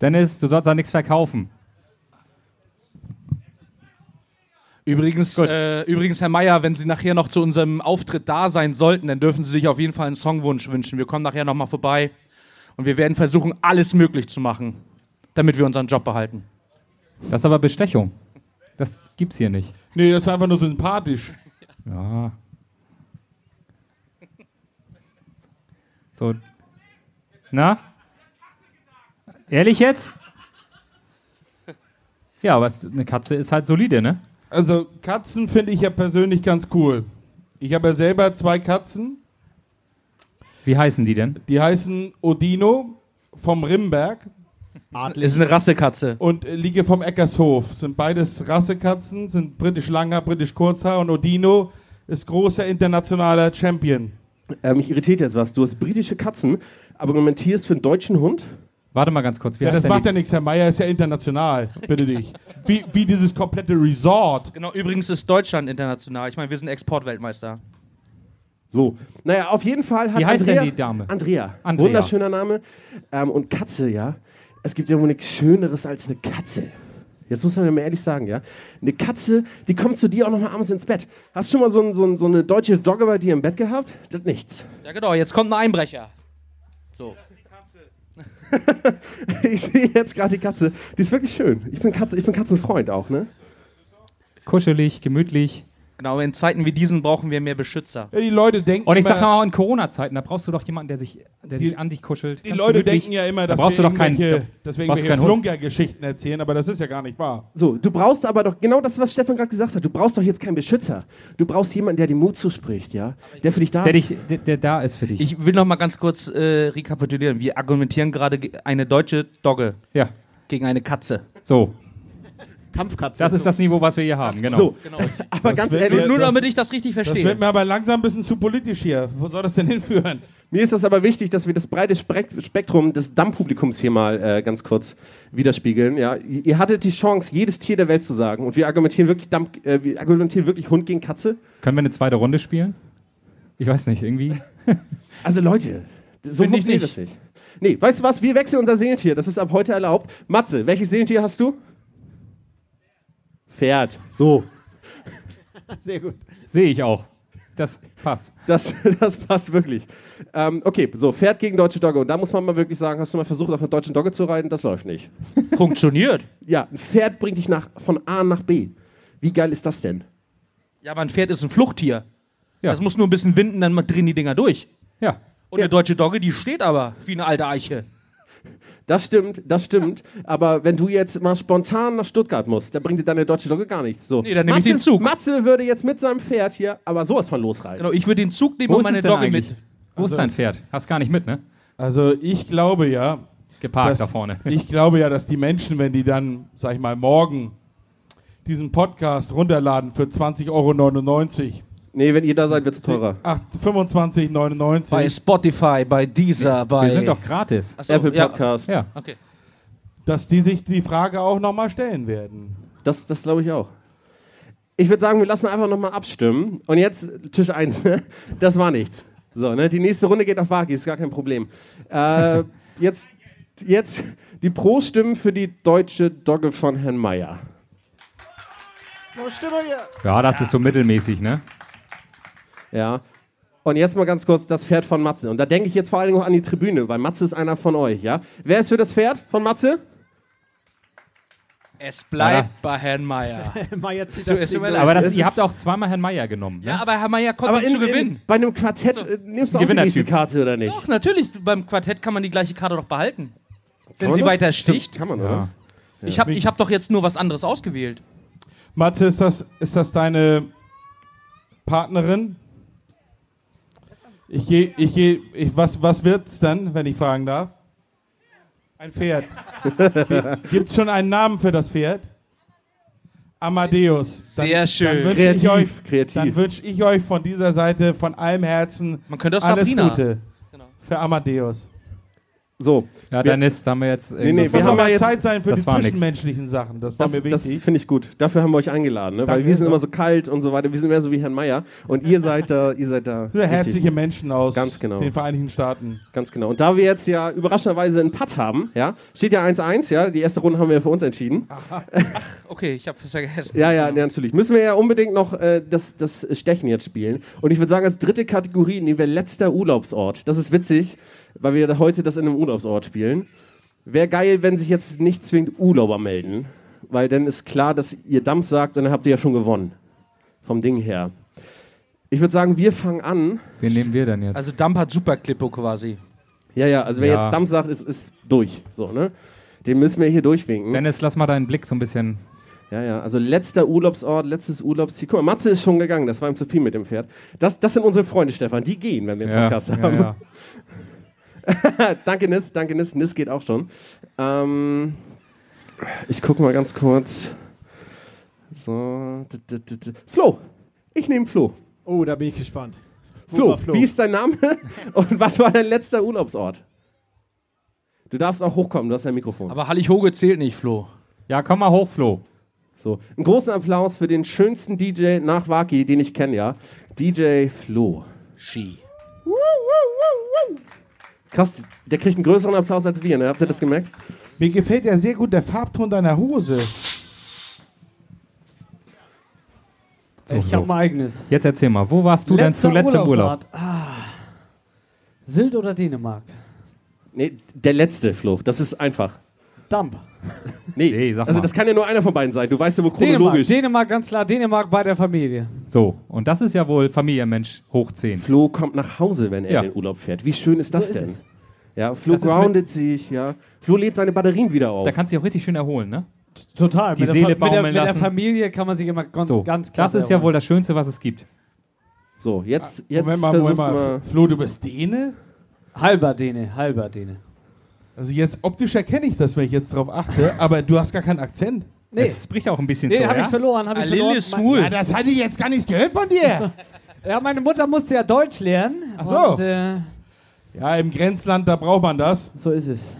Speaker 3: Dennis, du sollst da nichts verkaufen.
Speaker 6: Übrigens, äh, übrigens, Herr Meier, wenn Sie nachher noch zu unserem Auftritt da sein sollten, dann dürfen Sie sich auf jeden Fall einen Songwunsch wünschen. Wir kommen nachher nochmal vorbei und wir werden versuchen, alles möglich zu machen, damit wir unseren Job behalten.
Speaker 3: Das ist aber Bestechung. Das gibt's hier nicht.
Speaker 7: Nee, das ist einfach nur sympathisch.
Speaker 3: Ja. So. Na? Ehrlich jetzt? Ja, aber es, eine Katze ist halt solide, ne?
Speaker 7: Also, Katzen finde ich ja persönlich ganz cool. Ich habe ja selber zwei Katzen,
Speaker 3: Wie heißen die denn?
Speaker 7: die heißen Odino vom Rimberg
Speaker 6: Ist eine Rassekatze.
Speaker 7: und Liege vom Eckershof. Sind beides Rassekatzen, sind britisch Langhaar, britisch Kurzhaar und Odino ist großer internationaler Champion.
Speaker 2: Äh, mich irritiert jetzt was. Du hast britische Katzen, aber argumentierst für einen deutschen Hund?
Speaker 3: Warte mal ganz kurz. Wie
Speaker 7: Ja,
Speaker 3: heißt
Speaker 7: das
Speaker 3: denn
Speaker 7: macht
Speaker 3: die-
Speaker 7: ja nichts, Herr Meier ist ja international, bitte dich. Wie, wie dieses komplette Resort.
Speaker 6: Genau, übrigens ist Deutschland international. Ich meine, wir sind Exportweltmeister.
Speaker 2: So. Naja, auf jeden Fall hat
Speaker 3: Wie heißt
Speaker 2: Andrea,
Speaker 3: denn die Dame?
Speaker 2: Andrea.
Speaker 3: Andrea.
Speaker 2: Wunderschöner Name. Ähm, und Katze, ja. Es gibt ja wohl nichts Schöneres als eine Katze. Jetzt muss man ja mal ehrlich sagen, ja. Eine Katze, die kommt zu dir auch nochmal abends ins Bett. Hast du schon mal so, ein, so, ein, so eine deutsche Dogge bei dir im Bett gehabt? Das nichts.
Speaker 6: Ja, genau, jetzt kommt ein Einbrecher.
Speaker 2: Ich sehe jetzt gerade die Katze. Die ist wirklich schön. Ich bin, Katze, ich bin Katzenfreund auch, ne?
Speaker 3: Kuschelig, gemütlich.
Speaker 6: Genau, in Zeiten wie diesen brauchen wir mehr Beschützer.
Speaker 7: Ja, die Leute denken
Speaker 3: Und ich
Speaker 7: immer,
Speaker 3: sag mal, in Corona-Zeiten, da brauchst du doch jemanden, der sich, der
Speaker 7: Die-
Speaker 3: dich an dich kuschelt.
Speaker 7: die
Speaker 3: ganz
Speaker 7: Leute
Speaker 3: gemütlich.
Speaker 7: denken ja immer,
Speaker 3: Da
Speaker 7: dass
Speaker 3: brauchst
Speaker 7: wir
Speaker 3: du doch keinen-
Speaker 7: irgendwelche,
Speaker 3: da-
Speaker 7: dass wir
Speaker 3: brauchst du
Speaker 7: irgendwelche
Speaker 3: keinen Hund.
Speaker 7: Flunkergeschichten erzählen, aber das ist ja gar nicht wahr.
Speaker 2: So, du brauchst aber doch genau das, was Stefan gerade gesagt hat. Du brauchst doch jetzt keinen Beschützer. Du brauchst jemanden, der dir Mut zuspricht, ja. Der für dich da
Speaker 3: Der,
Speaker 2: ist.
Speaker 3: dich, der, der da ist für dich.
Speaker 6: Ich will noch mal ganz kurz äh, rekapitulieren. Wir argumentieren gerade ge- eine deutsche Dogge
Speaker 3: ja,
Speaker 6: gegen eine Katze.
Speaker 3: so.
Speaker 8: Kampfkatze.
Speaker 3: Das ist das Niveau, was wir hier haben, genau.
Speaker 2: So,
Speaker 6: Genau.
Speaker 2: aber ganz
Speaker 7: wird
Speaker 2: ehrlich,
Speaker 7: mir-
Speaker 6: Nur
Speaker 7: Das-
Speaker 6: damit ich das richtig
Speaker 7: Das
Speaker 6: verstehe.
Speaker 7: wird mir aber langsam ein bisschen zu politisch hier. Wo soll das denn hinführen?
Speaker 2: Mir ist das aber wichtig, dass wir das breite Spek- Spektrum des Dammpublikums hier mal äh, ganz kurz widerspiegeln. Ja, ihr ihr hattet die Chance, jedes Tier der Welt zu sagen, und wir argumentieren wirklich, Damm, äh, wir argumentieren wirklich Hund gegen Katze.
Speaker 3: Können wir eine zweite Runde spielen? Ich weiß nicht, irgendwie.
Speaker 2: Also Leute, so
Speaker 3: Finde ich
Speaker 2: funktioniert
Speaker 3: nicht.
Speaker 2: das nicht. Nee, weißt du was? Wir wechseln unser Seelentier. Das ist ab heute erlaubt. Matze, welches Seelentier hast du? Pferd. So,
Speaker 8: Sehr gut.
Speaker 3: Sehe ich auch. Das passt.
Speaker 2: das, das passt wirklich. Ähm, okay, so Pferd gegen deutsche Dogge. Und da muss man mal wirklich sagen, hast du mal versucht, auf einer deutschen Dogge zu reiten? Das läuft nicht.
Speaker 6: Funktioniert.
Speaker 2: Ja, ein Pferd bringt dich nach, von A nach B. Wie geil ist das denn?
Speaker 6: Ja, aber ein Pferd ist ein Fluchttier.
Speaker 3: Ja.
Speaker 6: Das muss nur ein bisschen winden, dann drehen die Dinger durch.
Speaker 3: Ja.
Speaker 6: Und eine deutsche Dogge, die steht aber wie eine alte Eiche.
Speaker 2: Das stimmt, das stimmt. Aber wenn du jetzt mal spontan nach Stuttgart musst, dann bringt dir deine deutsche Logge gar nichts. So.
Speaker 6: Nee, dann nehm ich den
Speaker 2: Matze-
Speaker 6: Zug.
Speaker 2: Matze würde jetzt mit seinem Pferd hier aber sowas von losreiten.
Speaker 6: Genau, ich würde den Zug nehmen
Speaker 3: Wo
Speaker 6: und
Speaker 3: ist
Speaker 6: meine
Speaker 3: es denn
Speaker 6: Dogge
Speaker 3: eigentlich?
Speaker 6: mit.
Speaker 3: Wo ist dein Pferd? Hast gar nicht mit, ne?
Speaker 7: Also ich glaube ja,
Speaker 3: Geparkt
Speaker 7: dass-
Speaker 3: da vorne.
Speaker 7: ich glaube ja, dass die Menschen, wenn die dann, sag ich mal, morgen diesen Podcast runterladen für 20,99 Euro.
Speaker 6: Genau.
Speaker 2: Nee, wenn ihr da seid, wird's teurer.
Speaker 7: Ach, 25,99
Speaker 6: Bei Spotify, bei Deezer, bei.
Speaker 3: Wir sind doch gratis.
Speaker 6: Achso,
Speaker 2: Apple
Speaker 6: ja.
Speaker 2: Podcast.
Speaker 3: Ja.
Speaker 6: Okay.
Speaker 7: Dass die sich die Frage auch nochmal stellen werden.
Speaker 2: Das, das glaube ich auch. Ich würde sagen, wir lassen einfach nochmal abstimmen. Und jetzt Tisch 1. Ne? Das war nichts. So, ne? Die nächste Runde geht auf Waki, ist gar kein Problem. Äh, jetzt, jetzt die Pro-Stimmen für die deutsche Dogge von Herrn Meyer.
Speaker 8: Nur Stimme hier.
Speaker 3: Ja, das ist so mittelmäßig, ne?
Speaker 2: Ja. Und jetzt mal ganz kurz das Pferd von Matze. Und da denke ich jetzt vor allen Dingen auch an die Tribüne, weil Matze ist einer von euch, ja? Wer ist für das Pferd von Matze?
Speaker 6: Es bleibt bei Herrn Meier.
Speaker 8: Meier zieht
Speaker 6: es
Speaker 8: das
Speaker 6: tut
Speaker 8: Ding
Speaker 6: mir
Speaker 8: durch.
Speaker 6: leid.
Speaker 3: Aber das,
Speaker 2: Das
Speaker 3: ihr
Speaker 2: ist-
Speaker 3: habt auch zweimal Herrn Meier genommen. Ne?
Speaker 6: Ja, aber Herr Meier kommt nicht zu gewinnen.
Speaker 2: bei einem Quartett äh, nimmst du auch die
Speaker 3: Gewinnertyp.
Speaker 2: nächste Karte, oder nicht?
Speaker 6: Doch, natürlich, beim Quartett kann man die gleiche Karte doch behalten. Wenn
Speaker 2: man
Speaker 6: sie
Speaker 2: das?
Speaker 6: weiter sticht.
Speaker 2: Kann man, oder?
Speaker 6: Ich habe ich hab doch jetzt nur was anderes ausgewählt.
Speaker 7: Matze, ist das, ist das deine Partnerin? Ich gehe, ich gehe, ich, was, was wird's dann, wenn ich fragen darf? Ein Pferd. Gibt's schon einen Namen für das Pferd? Amadeus. Dann-
Speaker 6: Sehr schön.
Speaker 7: Dann wünsche ich euch,
Speaker 2: kreativ.
Speaker 7: dann wünsche ich euch von dieser Seite von allem Herzen
Speaker 6: Man könnte auch
Speaker 7: alles
Speaker 6: Sabrina. Genau.
Speaker 7: Gute für Amadeus.
Speaker 2: So,
Speaker 3: Ja, dann ist, da haben wir jetzt. äh,
Speaker 2: nee,
Speaker 3: irgendwie-
Speaker 2: wir
Speaker 7: Muss
Speaker 2: haben
Speaker 7: aber
Speaker 2: ja jetzt-
Speaker 7: Zeit sein für
Speaker 3: das
Speaker 7: die
Speaker 3: war nix.
Speaker 7: zwischenmenschlichen Sachen. Das war
Speaker 2: das,
Speaker 7: mir
Speaker 2: das
Speaker 7: wichtig.
Speaker 2: finde ich gut. Dafür haben wir euch eingeladen, ne? weil
Speaker 7: Danke.
Speaker 2: wir sind immer so kalt und so weiter. Wir sind mehr so wie Herrn Meier. Und ihr seid da, ihr seid da.
Speaker 7: Für
Speaker 2: richtig.
Speaker 7: herzliche Menschen aus
Speaker 2: Ganz genau.
Speaker 7: den Vereinigten Staaten.
Speaker 2: Ganz genau. Und da wir jetzt ja überraschenderweise einen Putt haben, ja, steht ja 1-1, ja, die erste Runde haben wir für uns entschieden.
Speaker 6: Okay, ich habe vergessen.
Speaker 2: Ja, ne. ja, ja, natürlich. Müssen wir ja unbedingt noch äh, das, das Stechen jetzt spielen. Und ich würde sagen, als dritte Kategorie nehmen wir letzter Urlaubsort. Das ist witzig, weil wir da heute das in einem Urlaubsort spielen. Wäre geil, wenn sich jetzt nicht zwingend Urlauber melden, weil dann ist klar, dass ihr Dampf sagt und dann habt ihr ja schon gewonnen. Vom Ding her. Ich würde sagen, wir fangen an.
Speaker 3: Wen nehmen wir denn jetzt?
Speaker 6: Also Dump hat Superclippo quasi.
Speaker 2: Ja, ja, also wer
Speaker 3: Ja.
Speaker 2: jetzt Dampf sagt, ist, ist durch. So, ne? Den müssen wir hier durchwinken.
Speaker 3: Dennis, lass mal deinen Blick so ein bisschen.
Speaker 2: Ja, ja, also letzter Urlaubsort, letztes Urlaubsziel. Guck mal, Matze ist schon gegangen, das war ihm zu viel mit dem Pferd. Das, das sind unsere Freunde, Stefan, die gehen, wenn wir einen Podcast haben.
Speaker 3: ja.
Speaker 2: Danke, Nis, danke, Nis. Nis geht auch schon. Ähm, ich gucke mal ganz kurz. So. d- d- d- d- Flo, ich nehme Flo.
Speaker 8: Oh, da bin ich gespannt. Wo
Speaker 2: Flo,
Speaker 8: war Flo?
Speaker 2: wie ist dein Name und was war dein letzter Urlaubsort? Du darfst auch hochkommen, du hast dein Mikrofon.
Speaker 6: Aber Hallig Hoge zählt nicht, Flo.
Speaker 3: ja, komm mal hoch, Flo.
Speaker 2: So, einen großen Applaus für den schönsten DJ nach Waki, den ich kenne, ja. DJ Flo.
Speaker 6: Ski.
Speaker 2: Krass, der kriegt einen größeren Applaus als wir, ne? Habt ihr das gemerkt?
Speaker 7: Mir gefällt ja sehr gut der Farbton deiner Hose.
Speaker 1: ich habe mein eigenes.
Speaker 3: Jetzt erzähl mal, wo warst du denn zuletzt im Urlaub?
Speaker 1: Urlaubsort. Ah. Sylt oder Dänemark?
Speaker 2: Nee, der letzte Flo, das ist einfach.
Speaker 1: Dump.
Speaker 2: Nee,
Speaker 3: Nee, sag
Speaker 2: also
Speaker 3: mal.
Speaker 2: das kann ja nur einer von beiden sein. Du weißt ja wohl
Speaker 1: Dänemark,
Speaker 2: chronologisch.
Speaker 1: Dänemark, ganz klar. Dänemark bei der Familie.
Speaker 3: So, und das ist ja wohl Familienmensch hoch 10.
Speaker 2: Flo kommt nach Hause, wenn er
Speaker 3: Ja.
Speaker 2: in den Urlaub fährt. Wie schön ist das
Speaker 1: So ist
Speaker 2: denn?
Speaker 1: es.
Speaker 2: Ja, Flo
Speaker 3: Das ist
Speaker 2: groundet sich, ja. Flo lädt seine Batterien wieder auf.
Speaker 3: Da kannst du dich auch richtig schön erholen, ne?
Speaker 1: Total.
Speaker 3: Die
Speaker 1: mit der, Fa-
Speaker 3: Seele
Speaker 1: mit der,
Speaker 3: baumeln
Speaker 1: mit der
Speaker 3: lassen.
Speaker 1: Familie kann man sich immer ganz,
Speaker 3: So,
Speaker 1: ganz klar.
Speaker 3: das ist ja wohl das Schönste, was es gibt.
Speaker 2: So,
Speaker 3: Ah,
Speaker 2: jetzt, jetzt
Speaker 7: Moment mal, Moment
Speaker 2: versucht
Speaker 7: mal.
Speaker 2: mal.
Speaker 7: Flo, du bist Däne?
Speaker 1: Halber Däne, halber Däne.
Speaker 7: Also jetzt optisch erkenne ich das, wenn ich jetzt drauf achte, aber du hast gar keinen Akzent.
Speaker 1: Nee,
Speaker 3: Es spricht auch ein bisschen
Speaker 1: nee
Speaker 3: so,
Speaker 1: habe
Speaker 3: ja?
Speaker 1: ich verloren.
Speaker 7: Ah,
Speaker 1: Hab ich
Speaker 6: Alille
Speaker 1: verloren.
Speaker 6: Smul.
Speaker 7: das hatte ich jetzt gar nicht gehört von dir.
Speaker 1: Ja, meine Mutter musste ja Deutsch lernen. Ach
Speaker 7: so.
Speaker 1: Und, äh,
Speaker 7: ja, im Grenzland, da braucht man das.
Speaker 1: so ist es.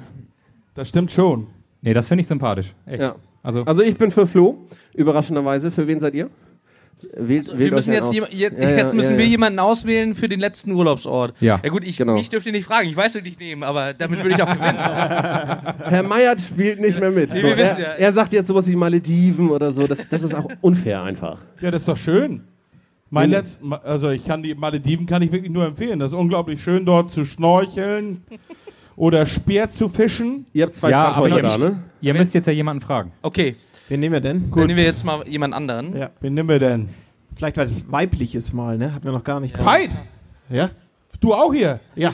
Speaker 7: Das stimmt schon.
Speaker 3: Nee, das finde ich sympathisch. Echt.
Speaker 2: Ja.
Speaker 3: Also,
Speaker 2: Also ich bin für Flo, überraschenderweise. Für wen seid ihr? Wählt, wählt
Speaker 6: Wir müssen
Speaker 2: euch einen
Speaker 6: jetzt,
Speaker 2: aus.
Speaker 6: jem- je,
Speaker 2: Ja, ja,
Speaker 6: jetzt müssen
Speaker 2: ja,
Speaker 6: wir
Speaker 2: ja.
Speaker 6: jemanden auswählen für den letzten Urlaubsort.
Speaker 3: Ja.
Speaker 6: Ja gut, ich,
Speaker 2: Genau.
Speaker 6: ich dürfte nicht fragen. Ich weiß, wen ich nehme, aber damit würde ich auch gewinnen.
Speaker 2: Herr Meyert spielt nicht mehr mit.
Speaker 6: Nee,
Speaker 2: So,
Speaker 6: wir wissen ja.
Speaker 2: er, er sagt jetzt sowas wie Malediven oder so. Das, das ist auch unfair einfach.
Speaker 7: Ja, das ist doch schön. Mein
Speaker 2: Nee.
Speaker 7: Letz Ma- also ich kann die Malediven kann ich wirklich nur empfehlen. Das ist unglaublich schön dort zu schnorcheln oder Speer zu fischen.
Speaker 2: Ihr habt zwei
Speaker 3: Ja,
Speaker 2: Sprachhäuser
Speaker 3: aber
Speaker 2: da,
Speaker 3: ich-
Speaker 2: ne?
Speaker 3: ihr müsst jetzt ja jemanden fragen.
Speaker 6: Okay,
Speaker 8: Wen nehmen wir denn?
Speaker 6: dann nehmen wir jetzt mal jemand anderen.
Speaker 8: Ja.
Speaker 7: Wen nehmen wir denn?
Speaker 8: Vielleicht was weibliches mal, ne? Hatten wir noch gar nicht.
Speaker 7: Veit!
Speaker 8: Ja?
Speaker 7: Du auch hier.
Speaker 8: Ja.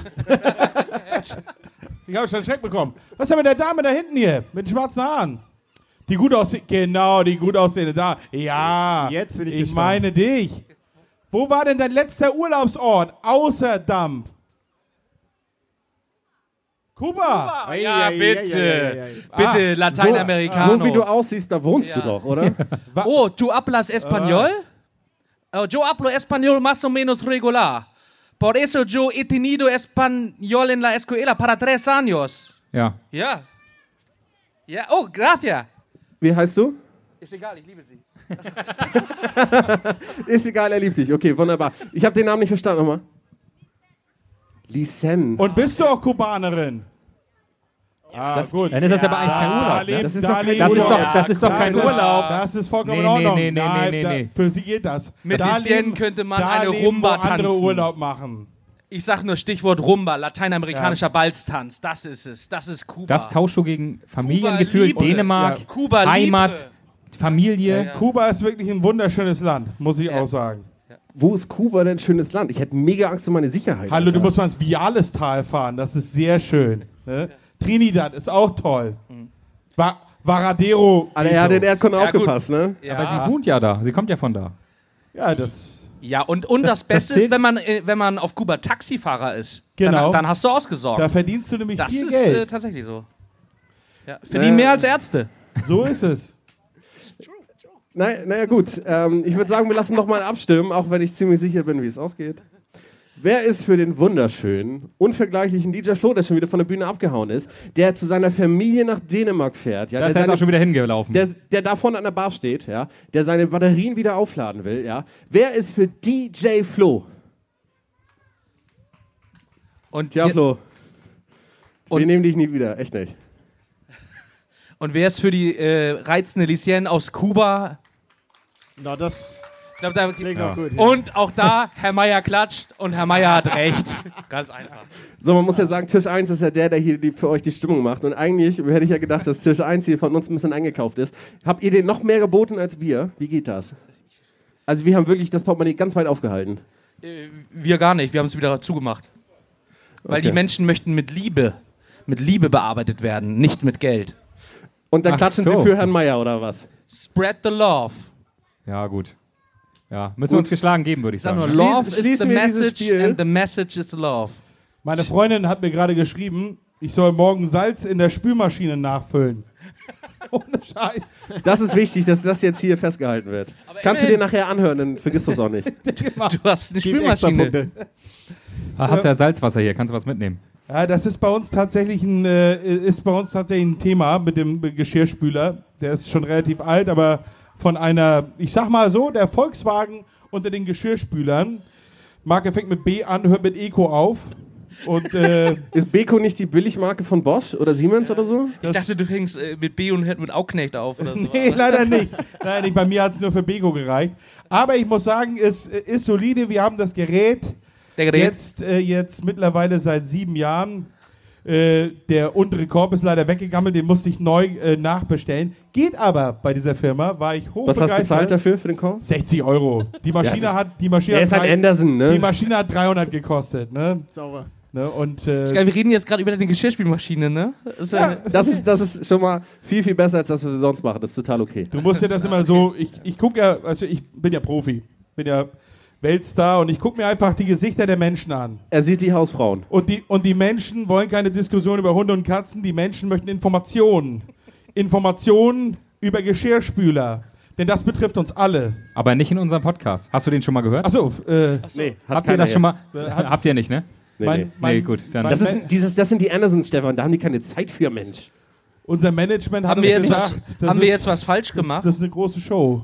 Speaker 7: Ich habe schon Schreck bekommen. Was ist denn mit der Dame da hinten hier? Mit den schwarzen Haaren. Die gut aussehen. Genau, die gut aussehende da. Ja.
Speaker 8: Jetzt bin ich
Speaker 7: Ich
Speaker 8: gespannt.
Speaker 7: meine dich. Wo war denn dein letzter Urlaubsort außer Dampf? Kuba!
Speaker 8: Ei,
Speaker 6: Ja,
Speaker 8: ei, ei,
Speaker 6: Ah, bitte.
Speaker 8: ei, ei, ei.
Speaker 6: Bitte, Lateinamerikaner.
Speaker 2: So wie du aussiehst, da wohnst du doch, oder?
Speaker 6: Oh, tu hablas español? Oh, yo hablo español más o menos regular. Por eso yo he tenido español en la escuela para tres años.
Speaker 3: Ja.
Speaker 6: Ja. Ja, oh, gracias.
Speaker 2: Wie heißt du?
Speaker 6: Ist egal, ich liebe sie.
Speaker 2: Ist egal, er liebt dich. Okay, wunderbar. Ich habe den Namen nicht verstanden nochmal. Lisen.
Speaker 7: Und bist du auch Kubanerin? Ah, gut.
Speaker 3: Dann ist das aber eigentlich kein
Speaker 7: Da
Speaker 3: Urlaub. ne?
Speaker 7: lebt-
Speaker 2: Das ist
Speaker 7: da
Speaker 2: doch kein
Speaker 3: Das ist doch, das ist doch kein
Speaker 7: lebt Urlaub. ist-
Speaker 3: Urlaub.
Speaker 7: Das ist vollkommen
Speaker 3: Nee,
Speaker 7: in Ordnung.
Speaker 3: nee, nee, nee,
Speaker 7: Nein,
Speaker 3: nee,
Speaker 7: da,
Speaker 3: nee.
Speaker 7: Für sie geht das.
Speaker 6: Mit Lisienne könnte man
Speaker 7: da
Speaker 6: eine
Speaker 7: leben,
Speaker 6: Rumba
Speaker 7: wo andere
Speaker 6: tanzen.
Speaker 7: Urlaub machen.
Speaker 6: Ich sag nur Stichwort Rumba, lateinamerikanischer Balztanz. Das ist es. Das ist Kuba.
Speaker 3: Das tauschst du gegen Familiengefühl,
Speaker 6: Liebe.
Speaker 3: Dänemark,
Speaker 7: Ja.
Speaker 6: Kuba Liebe.
Speaker 3: Heimat, Familie.
Speaker 7: Kuba ist wirklich ein wunderschönes Land, muss ich
Speaker 6: Ja.
Speaker 7: auch sagen.
Speaker 2: Wo ist Kuba denn ein schönes Land? Ich hätte mega Angst um meine Sicherheit.
Speaker 7: Hallo,
Speaker 2: Alter.
Speaker 7: du musst mal ins Vialestal fahren, das ist sehr schön. Ne? Trinidad ist auch toll.
Speaker 6: Mhm.
Speaker 7: Va Varadero.
Speaker 2: Alter, er hat den Erdkunde
Speaker 6: Ja, gut.
Speaker 2: aufgepasst, ne?
Speaker 6: ja.
Speaker 3: Aber sie wohnt ja da. Sie kommt ja von da.
Speaker 7: Ja, das.
Speaker 6: ja, und, und das, Beste ist,
Speaker 3: zählt-
Speaker 6: wenn man, äh, wenn man auf Kuba Taxifahrer ist.
Speaker 7: Genau.
Speaker 6: Dann, dann hast du ausgesorgt.
Speaker 7: Da verdienst du nämlich
Speaker 6: das
Speaker 7: viel
Speaker 6: ist äh,
Speaker 7: Geld.
Speaker 6: tatsächlich so. Ja, verdienen mehr als Ärzte.
Speaker 7: So ist es.
Speaker 2: Naja, naja gut. Ähm, ich würde sagen, wir lassen nochmal abstimmen, auch wenn ich ziemlich sicher bin, wie es ausgeht. Wer ist für den wunderschönen, unvergleichlichen DJ Flo, der schon wieder von der Bühne abgehauen ist, der zu seiner Familie nach Dänemark fährt, ja,
Speaker 3: Da ist er
Speaker 2: der,
Speaker 3: jetzt auch schon
Speaker 2: seine,
Speaker 3: wieder hingelaufen.
Speaker 2: der, der da vorne an der Bar steht, ja, der seine Batterien wieder aufladen will, ja. Wer ist für DJ Flo?
Speaker 6: Und,
Speaker 2: Tja,
Speaker 6: wir-
Speaker 2: Flo. wir
Speaker 6: Und-
Speaker 2: nehmen dich nie wieder, echt nicht.
Speaker 6: und wer ist für die äh, reizende Lisienne aus Kuba?
Speaker 8: Na, das
Speaker 6: Ich glaub, da,
Speaker 8: klingt auch gut. ja.
Speaker 6: und auch da, Herr Meier klatscht und Herr Meier hat recht. Ganz einfach.
Speaker 2: So, man muss ja sagen, Tisch 1 ist ja der, der hier die, für euch die Stimmung macht. Und eigentlich hätte ich ja gedacht, dass Tisch 1 hier von uns ein bisschen eingekauft ist. Habt ihr den noch mehr geboten als wir? Wie geht das? Also wir haben wirklich das Portemonnaie ganz weit aufgehalten.
Speaker 6: Wir gar nicht, wir haben es wieder zugemacht. Weil
Speaker 2: Okay.
Speaker 6: die Menschen möchten mit Liebe, mit Liebe bearbeitet werden, nicht mit Geld.
Speaker 2: Und dann
Speaker 3: Ach
Speaker 2: klatschen
Speaker 3: so.
Speaker 2: sie für Herrn Meier oder was?
Speaker 6: Spread the love.
Speaker 3: Ja, gut. Ja, müssen wir uns geschlagen geben, würde ich
Speaker 6: Sag nur,
Speaker 3: sagen. ne?
Speaker 6: love is the
Speaker 2: schließen wir dieses
Speaker 6: message
Speaker 2: Spiel.
Speaker 6: and the message is love.
Speaker 7: Meine Freundin hat mir gerade geschrieben, ich soll morgen Salz in der Spülmaschine nachfüllen. Ohne Scheiß.
Speaker 2: Das ist wichtig, dass das jetzt hier festgehalten wird. Kannst du dir
Speaker 6: immerhin-
Speaker 2: nachher anhören, dann vergisst du es auch nicht.
Speaker 6: Du hast eine
Speaker 8: gibt extra
Speaker 6: Spülmaschine.
Speaker 8: Punkte.
Speaker 3: Ah, hast ja Salzwasser hier, kannst du was mitnehmen.
Speaker 7: Ja, das ist bei uns tatsächlich ein, äh, ist bei uns tatsächlich ein Thema mit dem Geschirrspüler. Der ist schon relativ alt, aber von einer, ich sag mal so, der Volkswagen unter den Geschirrspülern. Marke fängt mit B an, hört mit Eco auf. Und äh,
Speaker 2: Ist Beko nicht die Billigmarke von Bosch oder Siemens oder so?
Speaker 6: Ich dachte, du fängst äh, mit B und hört mit Auknecht auf oder so.
Speaker 7: nee, leider nicht. Leider nicht. Bei mir hat es nur für Beko gereicht. Aber ich muss sagen, es äh, ist solide. Wir haben das Gerät.
Speaker 6: Der Gerät.
Speaker 7: Jetzt, äh, jetzt mittlerweile seit sieben Jahren. Äh, der untere Korb ist leider weggegammelt, den musste ich neu äh, nachbestellen. Geht aber bei dieser Firma, war ich
Speaker 2: Was
Speaker 7: hochbegeistert.
Speaker 2: hast du bezahlt dafür, für den Korb?
Speaker 7: 60 Euro. Die Maschine
Speaker 2: Ja, es-
Speaker 7: hat die Maschine,
Speaker 2: Er
Speaker 7: hat
Speaker 2: ist halt
Speaker 7: drei-
Speaker 2: Anderson,
Speaker 7: die
Speaker 2: ne?
Speaker 7: Maschine hat 300 gekostet. Ne?
Speaker 8: Sauber.
Speaker 7: Ne? Und, äh,
Speaker 6: Geil, wir reden jetzt gerade über eine Geschirrspülmaschine, ne? Das Ist, ja.
Speaker 2: Das ist, das ist schon mal viel, viel besser, als das, was wir sonst machen. Das ist total okay.
Speaker 7: Du musst dir das immer so, ich, ich gucke ja, also ich bin ja Profi, bin ja Weltstar und ich gucke mir einfach die Gesichter der Menschen an.
Speaker 2: Er sieht die Hausfrauen.
Speaker 7: Und die, und die Menschen wollen keine Diskussion über Hunde und Katzen, die Menschen möchten Informationen. Informationen über Geschirrspüler. Denn das betrifft uns alle.
Speaker 3: Aber nicht in unserem Podcast. Hast du den schon mal gehört?
Speaker 7: Achso, äh,
Speaker 2: Nee, hat
Speaker 3: Habt ihr
Speaker 2: keiner
Speaker 3: das schon mal?
Speaker 7: hat-
Speaker 3: Habt ihr nicht, ne?
Speaker 2: Nee,
Speaker 7: mein,
Speaker 2: nee.
Speaker 7: mein,
Speaker 3: Nee, gut, dann-
Speaker 7: mein
Speaker 2: Das,
Speaker 7: Ma-
Speaker 2: ist, dieses, das sind die Andersons, Stefan. Da haben die keine Zeit für, Mensch.
Speaker 7: unser Management hat
Speaker 6: Haben
Speaker 7: uns
Speaker 6: wir jetzt was,
Speaker 7: gesagt, das
Speaker 6: haben wir
Speaker 7: ist-
Speaker 6: jetzt was falsch
Speaker 7: das,
Speaker 6: gemacht?
Speaker 7: das ist eine große Show.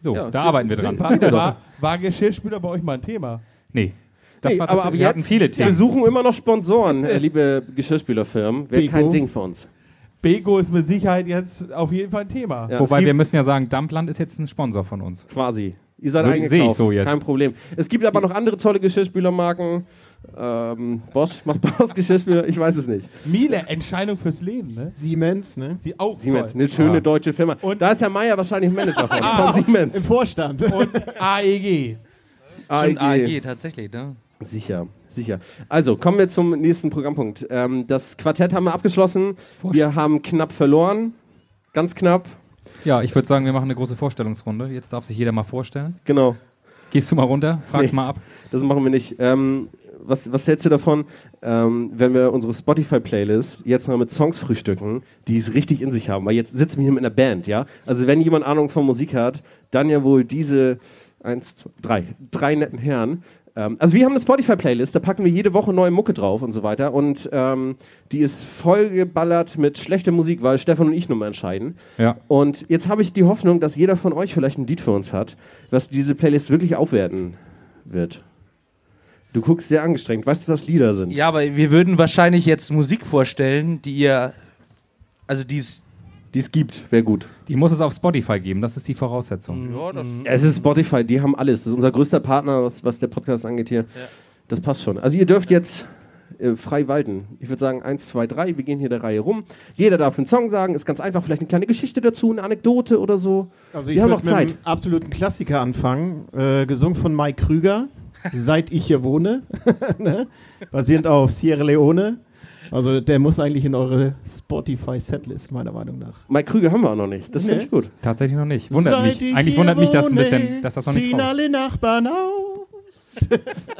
Speaker 3: So,
Speaker 2: Ja,
Speaker 3: da
Speaker 2: sie-
Speaker 3: arbeiten wir
Speaker 2: sie-
Speaker 3: dran.
Speaker 7: War, war, war Geschirrspüler bei euch mal ein Thema?
Speaker 3: Nee. Das
Speaker 2: Nee,
Speaker 3: war das, wir hatten viele
Speaker 2: wir
Speaker 3: Themen.
Speaker 2: suchen immer noch Sponsoren, äh, liebe Geschirrspülerfirmen. Wäre
Speaker 7: Beko.
Speaker 2: kein Ding für uns.
Speaker 7: Bego ist mit Sicherheit jetzt auf jeden Fall ein Thema.
Speaker 2: Ja,
Speaker 3: Wobei
Speaker 2: es
Speaker 3: wir
Speaker 2: gibt
Speaker 3: müssen ja sagen, Dumpland ist jetzt ein Sponsor von uns.
Speaker 2: quasi. Ihr seid
Speaker 3: Sehe
Speaker 2: eingekauft.
Speaker 3: ich so jetzt.
Speaker 2: Kein Problem. Es gibt aber noch andere tolle Geschirrspülermarken. Ähm, Bosch macht Bosch Geschirrspüler. Ich weiß es nicht.
Speaker 7: Miele, Entscheidung fürs Leben, ne?
Speaker 8: Siemens, ne?
Speaker 7: Sie auch
Speaker 2: Siemens,
Speaker 7: toll.
Speaker 2: eine schöne
Speaker 3: Ja.
Speaker 2: deutsche Firma.
Speaker 7: Und-
Speaker 2: da ist Herr Meier wahrscheinlich Manager von, von Siemens.
Speaker 8: Im Vorstand.
Speaker 7: Und E AEG.
Speaker 6: Stimmt, AEG, tatsächlich, ne?
Speaker 2: Sicher, sicher. Also, kommen wir zum nächsten Programmpunkt. Ähm, das Quartett haben wir abgeschlossen. Wir haben knapp verloren. Ganz knapp.
Speaker 3: Ja, ich würde sagen, wir machen eine große Vorstellungsrunde. Jetzt darf sich jeder mal vorstellen.
Speaker 2: Genau.
Speaker 3: Gehst du mal runter? Frag's
Speaker 2: Nee.
Speaker 3: mal ab.
Speaker 2: Das machen wir nicht. Ähm, was, was hältst du davon, ähm, wenn wir unsere Spotify-Playlist jetzt mal mit Songs frühstücken, die es richtig in sich haben? Weil jetzt sitzen wir hier mit einer Band, ja? Also, wenn jemand Ahnung von Musik hat, dann ja wohl diese eins, zwei, drei, drei netten Herren. Ähm, also, wir haben eine Spotify-Playlist, da packen wir jede Woche neue Mucke drauf und so weiter. Und ähm, die ist vollgeballert mit schlechter Musik, weil Stefan und ich nun mal entscheiden.
Speaker 3: Ja.
Speaker 2: Und jetzt habe ich die Hoffnung, dass jeder von euch vielleicht ein Lied für uns hat, was diese Playlist wirklich aufwerten wird. Du guckst sehr angestrengt. Weißt du, was Lieder sind?
Speaker 6: Ja, aber wir würden wahrscheinlich jetzt Musik vorstellen, die ihr. Also die ist.
Speaker 2: Die es gibt, wäre gut.
Speaker 3: Die muss es auf Spotify geben, das ist die
Speaker 2: Mhm.
Speaker 3: Voraussetzung.
Speaker 6: Ja, das
Speaker 2: Es ist Spotify, die haben alles. Das ist unser größter Partner, was, was der Podcast angeht hier. Das passt schon. Also ihr dürft jetzt äh, frei walten. Ich würde sagen, eins, zwei, drei, wir gehen hier der Reihe rum. Jeder darf einen Song sagen, ist ganz einfach. Vielleicht eine kleine Geschichte dazu, eine Anekdote oder so.
Speaker 8: Also
Speaker 2: Wir
Speaker 8: ich
Speaker 2: haben
Speaker 8: würd
Speaker 2: noch Zeit.
Speaker 8: mit einem absoluten Klassiker anfangen, äh, gesungen von Mike Krüger, seit ich hier wohne, ne? basierend auf Sierra Leone. Also der muss eigentlich in eure Spotify-Setlist, meiner Meinung nach.
Speaker 2: Mike Krüger haben wir auch noch nicht. Das finde ich gut.
Speaker 3: Tatsächlich noch nicht. Wundert
Speaker 8: Seit
Speaker 3: mich.
Speaker 8: ich
Speaker 3: Eigentlich
Speaker 8: hier
Speaker 3: wundert mich das ein
Speaker 8: wohne,
Speaker 3: bisschen, dass das noch nicht
Speaker 8: ziehen
Speaker 3: drauf ist.
Speaker 8: alle Nachbarn auf.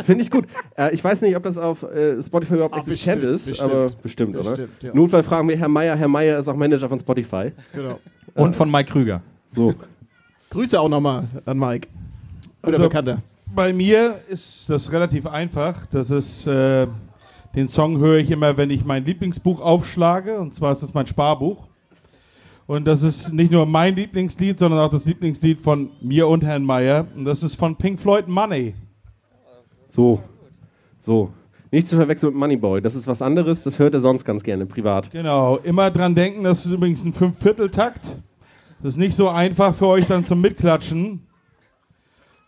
Speaker 2: Finde ich gut. Äh, ich weiß nicht, ob das auf äh, Spotify überhaupt
Speaker 8: Ah,
Speaker 2: existent
Speaker 8: bestimmt,
Speaker 2: ist,
Speaker 8: bestimmt.
Speaker 2: aber bestimmt, oder?
Speaker 8: Bestimmt, ja.
Speaker 2: Notfall fragen wir Herr Meier. Herr Meier ist auch Manager von Spotify.
Speaker 8: Genau.
Speaker 3: Und von Mike Krüger.
Speaker 2: So.
Speaker 8: Grüße auch nochmal an Mike. Oder
Speaker 7: Also-
Speaker 8: Bekannter.
Speaker 7: Bei mir ist das relativ einfach. Das ist, äh, den Song höre ich immer, wenn ich mein Lieblingsbuch aufschlage. Und zwar ist das mein Sparbuch. Und das ist nicht nur mein Lieblingslied, sondern auch das Lieblingslied von mir und Herrn Meyer. Und das ist von Pink Floyd Money.
Speaker 2: So. So. Nicht zu verwechseln mit Moneyboy. Das ist was anderes. Das hört er sonst ganz gerne privat.
Speaker 7: Genau. Immer dran denken, das ist übrigens ein Fünfvierteltakt. Das ist nicht so einfach für euch dann zum Mitklatschen.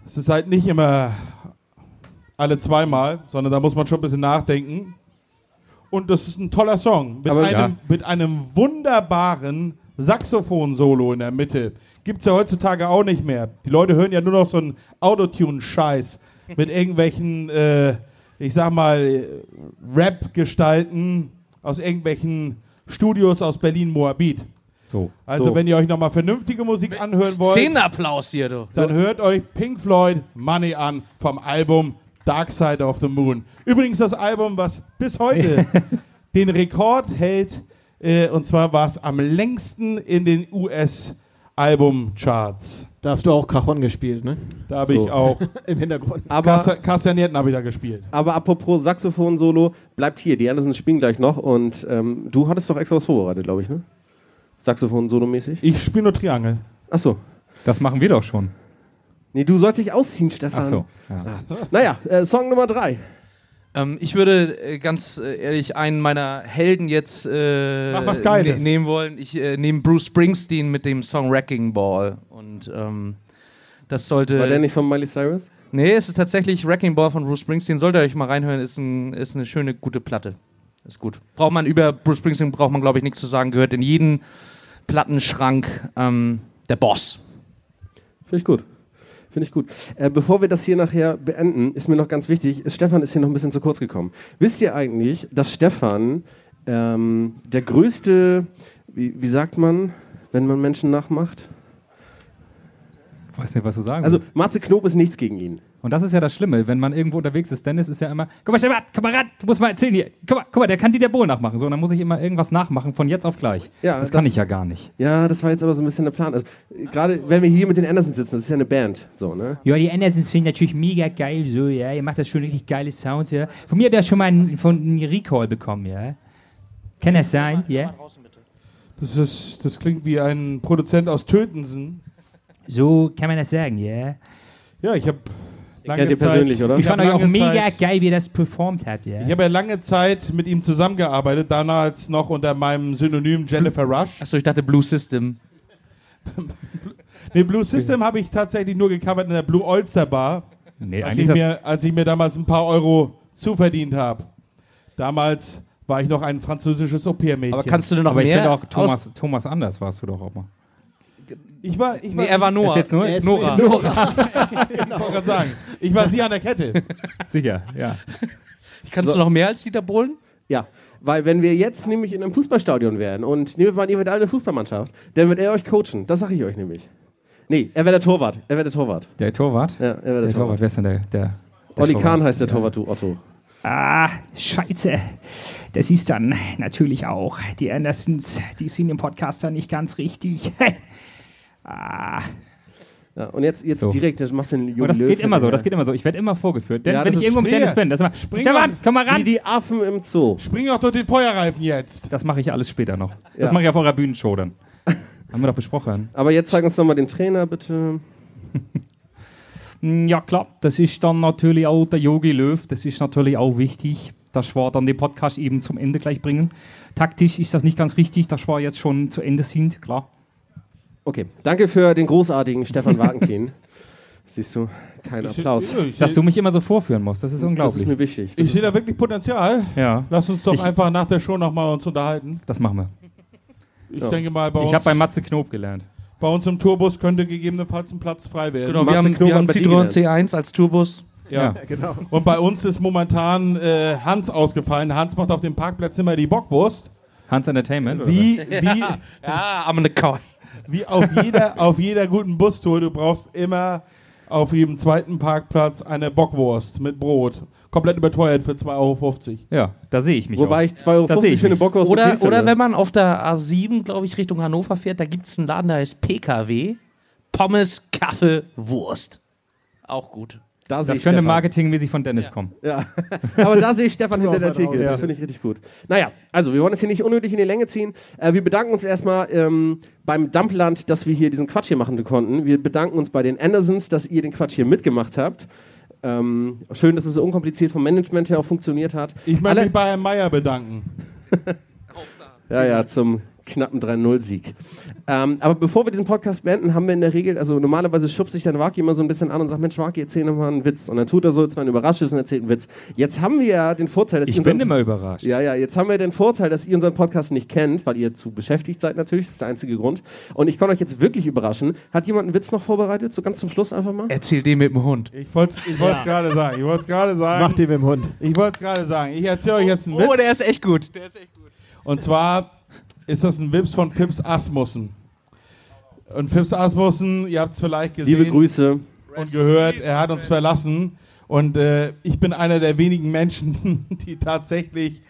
Speaker 7: Es ist halt nicht immer alle zweimal, sondern da muss man schon ein bisschen nachdenken. Und das ist ein toller Song. Mit,
Speaker 2: Aber-
Speaker 7: einem,
Speaker 2: Ja.
Speaker 7: mit einem wunderbaren Saxophon-Solo in der Mitte. Gibt's ja heutzutage auch nicht mehr. Die Leute hören ja nur noch so einen Autotune-Scheiß mit irgendwelchen, äh, ich sag mal, äh, Rap-Gestalten aus irgendwelchen Studios aus Berlin-Moabit.
Speaker 3: So.
Speaker 7: Also,
Speaker 2: So.
Speaker 7: wenn ihr euch nochmal vernünftige Musik anhören wollt,
Speaker 9: also
Speaker 6: Szenenapplaus hier, du.
Speaker 7: dann hört euch Pink Floyd Money an vom Album Dark Side of the Moon. Übrigens das Album, was bis heute den Rekord hält, äh, und zwar war es am längsten in den US-Album-Charts.
Speaker 8: Da hast du auch Cajon gespielt, ne?
Speaker 7: Da habe
Speaker 2: So.
Speaker 7: ich auch
Speaker 8: Im Hintergrund.
Speaker 2: Aber,
Speaker 7: Kassa- Kastanierten habe ich da gespielt.
Speaker 2: aber apropos Saxophon-Solo, bleibt hier. Die anderen spielen gleich noch. Und ähm, du hattest doch extra was vorbereitet, glaube ich, ne? Saxophon-Solo-mäßig.
Speaker 7: Ich spiele nur Triangel.
Speaker 2: Achso.
Speaker 3: Das machen wir doch schon.
Speaker 2: Nee, du sollst dich ausziehen, Stefan.
Speaker 3: Ach so. Ja.
Speaker 2: Naja, äh, Song Nummer drei.
Speaker 6: Ähm, ich würde äh, ganz äh, ehrlich einen meiner Helden jetzt äh,
Speaker 7: Mach was Geiles.
Speaker 6: ne- nehmen wollen. Ich äh, nehme Bruce Springsteen mit dem Song Wrecking Ball. Und ähm, das sollte.
Speaker 3: Äh.
Speaker 2: War der nicht von Miley Cyrus?
Speaker 6: Nee, es ist tatsächlich Wrecking Ball von Bruce Springsteen. Solltet ihr euch mal reinhören, ist, ein, ist eine schöne, gute Platte. Ist gut. Braucht man über Bruce Springsteen, braucht man, glaube ich, nichts zu sagen. Gehört in jeden Plattenschrank ähm, der Boss.
Speaker 2: Finde ich gut. Finde ich gut. Äh, bevor wir das hier nachher beenden, ist mir noch ganz wichtig, ist, Stefan ist hier noch ein bisschen zu kurz gekommen. Wisst ihr eigentlich, dass Stefan ähm, der größte, wie, wie sagt man, wenn man Menschen nachmacht?
Speaker 3: Ich weiß nicht, was du sagen
Speaker 2: Also
Speaker 3: willst.
Speaker 2: Matze Knob ist nichts gegen ihn.
Speaker 3: Und das ist ja das Schlimme, wenn man irgendwo unterwegs ist. Dennis ist ja immer, guck mal, Stefan, komm mal ran, du musst mal erzählen hier. Guck mal, guck mal der kann die der Bohl nachmachen. So, und dann muss ich immer irgendwas nachmachen, von jetzt auf gleich.
Speaker 2: Ja,
Speaker 3: das,
Speaker 2: das-
Speaker 3: kann ich ja gar nicht.
Speaker 2: Ja, das war jetzt aber so ein bisschen der Plan. Also, äh, Gerade wenn wir hier mit den Andersons sitzen, das ist ja eine Band. So, ne?
Speaker 9: Ja, die Andersons finde ich natürlich mega geil, so, ja. Ihr macht das schon richtig geile Sounds, ja. Von mir habt ihr schon mal einen, von, einen Recall bekommen, ja. Kann das sein, ja?
Speaker 7: Das, ist, das klingt wie ein Produzent aus Tötensen.
Speaker 9: So kann man das sagen, ja.
Speaker 7: Ja, ich habe lange
Speaker 2: kennt ihr
Speaker 7: Zeit...
Speaker 2: persönlich, oder?
Speaker 9: Ich
Speaker 7: hab
Speaker 9: fand euch auch
Speaker 7: lange
Speaker 9: mega
Speaker 7: Zeit-
Speaker 9: geil, wie ihr das performt habt, ja.
Speaker 7: Ich habe ja lange Zeit mit ihm zusammengearbeitet, damals noch unter meinem Synonym Jennifer Rush.
Speaker 6: Achso, ich dachte Blue System.
Speaker 7: Nee, Blue System habe ich tatsächlich nur gecovert in der Blue Oyster Bar,
Speaker 3: Nee,
Speaker 7: als
Speaker 3: eigentlich
Speaker 7: ich,
Speaker 3: ist das,
Speaker 7: mir, als ich mir damals ein paar Euro zuverdient habe. Damals war ich noch ein französisches Au-pair-Mädchen.
Speaker 6: Aber kannst du denn noch
Speaker 3: aber ich
Speaker 6: mehr?
Speaker 3: finde auch,
Speaker 6: aus-
Speaker 3: Thomas, Thomas Anders warst du doch auch mal.
Speaker 7: ich war, ich war,
Speaker 6: Nee, er war
Speaker 3: Ist
Speaker 6: Noah.
Speaker 8: Äh,
Speaker 3: jetzt nur-
Speaker 6: Er ist
Speaker 7: Nora.
Speaker 6: Nora.
Speaker 7: ich wollte gerade sagen, ich war sie an der Kette.
Speaker 3: Sicher, ja.
Speaker 6: Kannst du noch mehr als Dieter Bohlen?
Speaker 2: Ja, weil wenn wir jetzt nämlich in einem Fußballstadion wären und nehmen wir mal, an, ihr werdet alle eine Fußballmannschaft, dann wird er euch coachen. Das sage ich euch nämlich. Nee, er wäre der Torwart. Er wäre der Torwart.
Speaker 3: Der Torwart?
Speaker 2: Ja, er wäre der,
Speaker 3: der
Speaker 2: Torwart.
Speaker 3: Torwart, wer ist denn der? der, der
Speaker 2: Olli Kahn
Speaker 3: Torwart?
Speaker 2: heißt der Torwart, du Otto.
Speaker 9: Ah, scheiße. Das ist dann
Speaker 3: Äh,
Speaker 9: natürlich auch die Andersons. Die sind im Podcast dann nicht ganz richtig. ah,
Speaker 2: Ja, und jetzt, jetzt
Speaker 3: So.
Speaker 2: direkt, das machst du den Jürgen
Speaker 3: Aber das
Speaker 2: Löw
Speaker 3: geht immer so,
Speaker 2: hinterher.
Speaker 3: das geht immer so. Ich werde immer vorgeführt. Denn
Speaker 2: Ja,
Speaker 3: wenn
Speaker 2: das
Speaker 3: ich
Speaker 2: ist
Speaker 3: irgendwo mit
Speaker 7: schwer.
Speaker 3: Dennis bin, das ist immer.
Speaker 7: Spring
Speaker 3: Stefan,
Speaker 7: doch.
Speaker 3: komm mal
Speaker 2: Wie
Speaker 3: ran!
Speaker 2: die Affen im Zoo.
Speaker 7: Spring auch durch den Feuerreifen jetzt.
Speaker 3: Das mache ich alles später noch.
Speaker 2: Ja.
Speaker 3: Das mache ich auf eurer Bühnenshow dann. Haben wir doch besprochen.
Speaker 2: Aber jetzt zeig uns nochmal den Trainer, bitte.
Speaker 3: Mm, Ja, klar, das ist dann natürlich auch der Yogi Löw, das ist natürlich auch wichtig, dass wir dann den Podcast eben zum Ende gleich bringen. Taktisch ist das nicht ganz richtig, dass wir jetzt schon zu Ende sind, klar.
Speaker 2: Okay, danke für den großartigen Stefan Wagentin. Siehst du, kein Applaus.
Speaker 7: Ich,
Speaker 3: Dass
Speaker 7: seh-
Speaker 3: du mich immer so vorführen musst, das ist
Speaker 2: Das ist
Speaker 3: unglaublich.
Speaker 2: mir wichtig.
Speaker 7: ich sehe da wirklich Potenzial.
Speaker 3: ja,
Speaker 7: Lass uns doch
Speaker 3: Ich-
Speaker 7: einfach nach der Show nochmal uns unterhalten.
Speaker 3: das machen wir.
Speaker 7: Ich denke mal, bei
Speaker 3: Ich habe bei
Speaker 7: uns,
Speaker 3: Matze Knob gelernt.
Speaker 7: bei uns im Tourbus könnte gegebenenfalls ein Platz frei werden.
Speaker 6: Genau,
Speaker 2: Matze
Speaker 6: wir haben,
Speaker 2: Knob
Speaker 6: wir haben
Speaker 2: hat bei dir
Speaker 6: Citroën C1 als Tourbus.
Speaker 7: Ja.
Speaker 8: Genau.
Speaker 7: Und bei uns ist momentan äh, Hans ausgefallen. Hans macht auf dem Parkplatz immer die Bockwurst.
Speaker 3: Hans Entertainment. Wie?
Speaker 7: Wie, wie,
Speaker 6: Ja, I'm gonna call.
Speaker 7: wie auf, jeder, auf jeder guten Bustour, du brauchst immer auf jedem zweiten Parkplatz eine Bockwurst mit Brot. Komplett überteuert für 2,50 Euro.
Speaker 3: Ja, da sehe ich mich.
Speaker 2: Wobei
Speaker 3: auch.
Speaker 2: ich 2,50 Euro
Speaker 3: Das seh ich
Speaker 2: für eine
Speaker 3: nicht.
Speaker 2: Bockwurst okay
Speaker 6: Oder,
Speaker 2: finde.
Speaker 6: oder wenn man auf der A7, glaube ich, Richtung Hannover fährt, da gibt es einen Laden, der heißt PKW. Pommes, Kaffee, Wurst. Auch gut.
Speaker 2: da seh
Speaker 3: das
Speaker 2: ich
Speaker 3: könnte
Speaker 2: Stefan.
Speaker 3: marketingmäßig von Dennis kommen.
Speaker 2: Aber da sehe ich Stefan hinter
Speaker 8: Raus,
Speaker 2: der
Speaker 8: halt
Speaker 2: Theke.
Speaker 8: raus,
Speaker 2: Das
Speaker 8: ja.
Speaker 2: finde ich richtig gut. Naja, also wir wollen es hier nicht unnötig in die Länge ziehen. Äh, wir bedanken uns erstmal ähm, beim Dumpland, dass wir hier diesen Quatsch hier machen konnten. Wir bedanken uns bei den Andersons, dass ihr den Quatsch hier mitgemacht habt. Ähm, schön, dass es so unkompliziert vom Management her auch funktioniert hat.
Speaker 7: Ich möchte
Speaker 2: Alle-
Speaker 7: mich bei Herrn Meier bedanken.
Speaker 2: Ja, ja, zum knappen 3-0-Sieg. Ähm, aber bevor wir diesen Podcast beenden, haben wir in der Regel, also normalerweise schubst sich dann Waki immer so ein bisschen an und sagt, Mensch, Waki, erzähl nochmal einen Witz. Und dann tut er so, als wenn er überrascht ist und erzählt einen Witz. Jetzt haben wir ja den Vorteil, dass
Speaker 3: Ich
Speaker 2: ihr
Speaker 3: bin
Speaker 2: unseren-
Speaker 3: immer überrascht.
Speaker 2: Ja, ja, jetzt haben wir den Vorteil, dass ihr unseren Podcast nicht kennt, weil ihr zu beschäftigt seid natürlich, das ist der einzige Grund. Und ich kann euch jetzt wirklich überraschen. Hat jemand einen Witz noch vorbereitet? So ganz zum Schluss einfach mal?
Speaker 6: Erzähl dem mit dem Hund.
Speaker 7: Ich wollte es gerade sagen. Ich wollte es gerade
Speaker 8: Mach
Speaker 7: sagen.
Speaker 8: den mit dem Hund.
Speaker 7: Ich wollte es gerade sagen. Ich erzähle euch jetzt einen
Speaker 6: Oh,
Speaker 7: Witz.
Speaker 6: der ist echt gut. Der ist echt gut.
Speaker 7: Und zwar ist das ein Witz von Fips Asmussen. Und Fips Asmussen, ihr habt es vielleicht gesehen.
Speaker 2: Liebe Grüße.
Speaker 7: und gehört, er hat uns verlassen. Und äh, ich bin einer der wenigen Menschen, die tatsächlich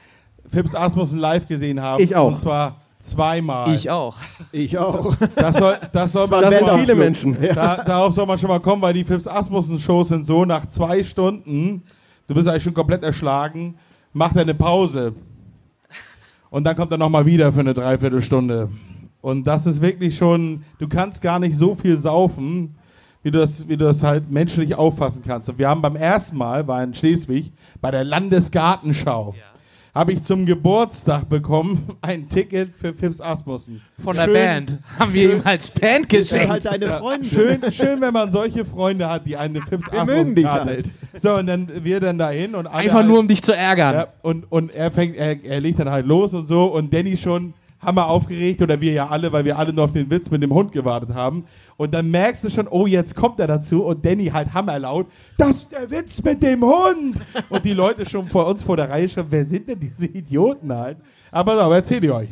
Speaker 7: Phipps Asmussen live gesehen haben.
Speaker 2: Ich auch.
Speaker 7: Und zwar zweimal.
Speaker 6: Ich auch.
Speaker 8: Ich auch.
Speaker 7: Das soll, das soll man
Speaker 8: war
Speaker 2: Das
Speaker 7: schon
Speaker 2: sind
Speaker 7: mal,
Speaker 2: viele Menschen.
Speaker 7: da, darauf soll man schon mal kommen, weil die Phipps Asmussen-Shows sind so, nach zwei Stunden, du bist eigentlich schon komplett erschlagen, macht er eine Pause. Und dann kommt er nochmal wieder für eine Dreiviertelstunde. Und das ist wirklich schon, du kannst gar nicht so viel saufen, wie du das, wie du das halt menschlich auffassen kannst. Und wir haben beim ersten Mal, war in Schleswig, bei der Landesgartenschau, habe ich zum Geburtstag bekommen ein Ticket für Phipps Asmussen.
Speaker 6: Von der
Speaker 7: Schön.
Speaker 6: Band. Haben wir ihm als Band
Speaker 8: Sei
Speaker 6: geschenkt.
Speaker 8: halt deine Freundin.
Speaker 7: Schön, schön, wenn man solche Freunde hat, die eine Fips
Speaker 8: Wir mögen dich halt.
Speaker 7: So, und dann wir dann dahin und alle
Speaker 6: Einfach
Speaker 7: halt,
Speaker 6: nur, um dich zu ärgern.
Speaker 7: ja, und, und er fängt, er, er legt dann halt los und so und Danny schon hammer aufgeregt oder wir ja alle, weil wir alle nur auf den Witz mit dem Hund gewartet haben. Und dann merkst du schon, oh, jetzt kommt er dazu und Danny halt hammerlaut, das ist der Witz mit dem Hund! Und die Leute schon vor uns vor der Reihe schon, wer sind denn diese Idioten halt? Aber so, aber erzähl ich euch.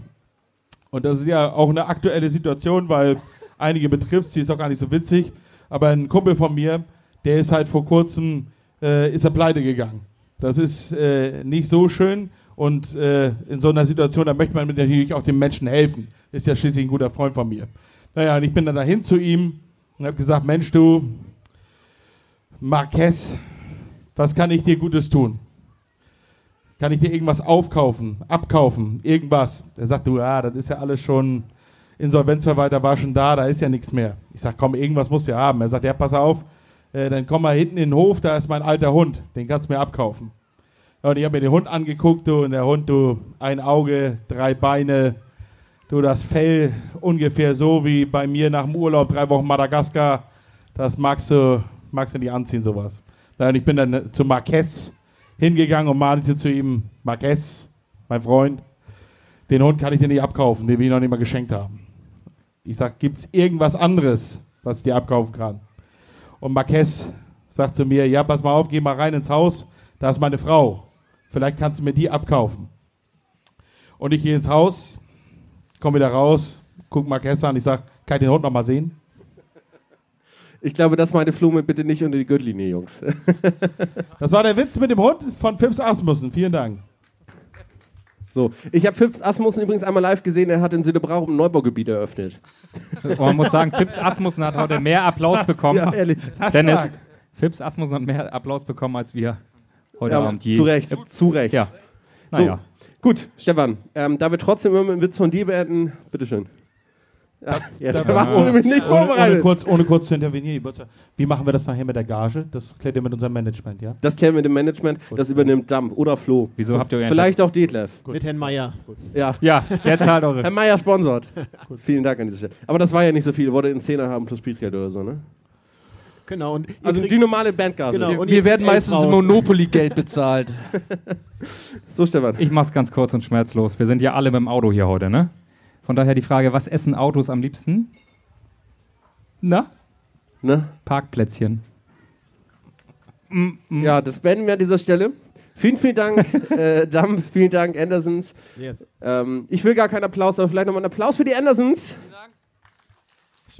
Speaker 7: Und das ist ja auch eine aktuelle Situation, weil einige betrifft, die ist auch gar nicht so witzig. Aber ein Kumpel von mir, der ist halt vor kurzem, äh, ist er pleite gegangen. Das ist äh, nicht so schön. Und äh, in so einer Situation, da möchte man mit- natürlich auch den Menschen helfen. Ist ja schließlich ein guter Freund von mir. Naja, und ich bin dann dahin zu ihm und habe gesagt, Mensch, du, Marquez, was kann ich dir Gutes tun? Kann ich dir irgendwas aufkaufen, abkaufen, irgendwas? Er sagt, du, ja, das ist ja alles schon, Insolvenzverwalter war schon da, da ist ja nichts mehr. Ich sag, komm, irgendwas musst du ja haben. Er sagt, ja, pass auf, äh, dann komm mal hinten in den Hof, da ist mein alter Hund, den kannst du mir abkaufen. Ja, Und ich habe mir den Hund angeguckt, du, und der Hund, du, ein Auge, drei Beine, du, das Fell ungefähr so wie bei mir nach dem Urlaub, drei Wochen Madagaskar, das magst du, magst du nicht anziehen, sowas. Ja, Und ich bin dann äh, zu Marquez hingegangen und mahnte zu ihm, Marquez, mein Freund, den Hund kann ich dir nicht abkaufen, den wir ihm noch nicht mal geschenkt haben. Ich sag, gibt's irgendwas anderes, was ich dir abkaufen kann? Und Marquez sagt zu mir, ja, pass mal auf, geh mal rein ins Haus, da ist meine Frau. Vielleicht kannst du mir die abkaufen. Und ich gehe ins Haus, komme wieder raus, guck Marquez an, ich sag, kann ich den Hund noch mal sehen?
Speaker 2: Ich glaube, das meinte Flume bitte nicht unter die Gürtellinie, Jungs.
Speaker 7: Das war der Witz mit dem Hund von Phipps Asmussen. Vielen Dank.
Speaker 2: So, ich habe Phipps Asmussen übrigens einmal live gesehen, er hat in Südebrauch ein Neubaugebiet eröffnet.
Speaker 3: Und man muss sagen, Phipps Asmussen hat heute mehr Applaus bekommen.
Speaker 2: Ja, ehrlich.
Speaker 3: Dennis, Phipps Asmussen hat mehr Applaus bekommen als wir heute
Speaker 2: Ja,
Speaker 3: Abend je.
Speaker 2: zu Recht, zu Recht.
Speaker 3: Ja.
Speaker 2: So,
Speaker 3: Naja.
Speaker 2: gut, Stefan, ähm, da wir trotzdem immer mit einem Witz von dir beenden, bitteschön. Ja, jetzt warst du nämlich nicht
Speaker 7: Ohne, ohne,
Speaker 2: vorbereitet.
Speaker 7: kurz, ohne kurz zu intervenieren, die Botschaft. Wie machen wir das nachher mit der Gage? Das klärt ihr mit unserem Management, ja?
Speaker 2: Das kennen wir dem Management, das übernimmt Damm oder Flo.
Speaker 3: Wieso habt ihr euren
Speaker 2: Vielleicht auch Detlef.
Speaker 8: Mit Herrn Meier.
Speaker 2: Ja.
Speaker 3: Ja, der zahlt
Speaker 2: Herr
Speaker 3: eure.
Speaker 2: Meier sponsort. Vielen Dank an dieser Stelle. Aber das war ja nicht so viel. Wollte in 10er haben plus Spielgeld oder so, ne?
Speaker 8: Genau. Und ihr
Speaker 2: Also
Speaker 8: kriegt-
Speaker 2: die normale Bandgage.
Speaker 8: genau, und ihr
Speaker 6: Wir werden
Speaker 8: kriegt
Speaker 6: meistens
Speaker 8: Geld raus.
Speaker 6: Monopoly-Geld bezahlt.
Speaker 2: So, Stefan.
Speaker 3: Ich mach's ganz kurz und schmerzlos. Wir sind ja alle mit dem Auto hier heute, ne? Von daher die Frage, was essen Autos am liebsten? Na?
Speaker 2: Ne?
Speaker 3: Parkplätzchen.
Speaker 2: Ja, das beenden wir an dieser Stelle. Vielen, vielen Dank, äh, Damm. Vielen Dank, Andersons.
Speaker 8: Yes.
Speaker 2: Ähm, ich will gar keinen Applaus, aber vielleicht nochmal einen Applaus für die Andersons.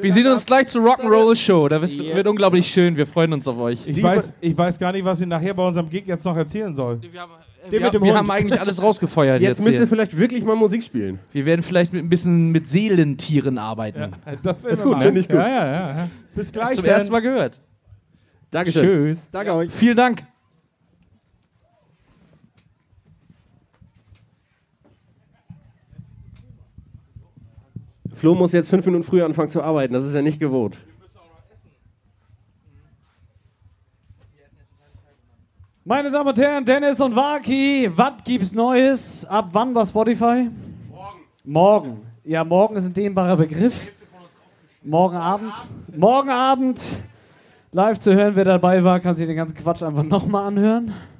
Speaker 6: Wir sehen uns gleich zur Rock'n'Roll-Show. Da wirst- wird unglaublich schön. Wir freuen uns auf euch.
Speaker 7: Ich weiß, ich weiß gar nicht, was ich nachher bei unserem Gig jetzt noch erzählen soll.
Speaker 6: Wir,
Speaker 8: mit dem
Speaker 6: wir
Speaker 8: Hund.
Speaker 6: haben eigentlich alles rausgefeuert
Speaker 2: Jetzt
Speaker 6: jetzt.
Speaker 2: müsst ihr
Speaker 6: hier.
Speaker 2: vielleicht wirklich mal Musik spielen.
Speaker 6: Wir werden vielleicht mit ein bisschen mit Seelentieren arbeiten.
Speaker 7: Das wäre
Speaker 2: gut, finde ich gut.
Speaker 3: Ja, ja, ja. ja.
Speaker 7: Bis gleich.
Speaker 6: Zum
Speaker 7: dann.
Speaker 6: ersten Mal gehört.
Speaker 2: Dankeschön.
Speaker 3: Tschüss.
Speaker 8: Danke euch.
Speaker 6: Vielen Dank.
Speaker 2: Flo muss jetzt fünf Minuten früher anfangen zu arbeiten. Das ist ja nicht gewohnt.
Speaker 1: Meine Damen und Herren, Dennis und Waki, was gibt's Neues? Ab wann bei Spotify? Morgen. Morgen. Ja, morgen ist ein dehnbarer Begriff. Morgen Abend. Morgen Abend. Live zu hören, wer dabei war, kann sich den ganzen Quatsch einfach nochmal anhören.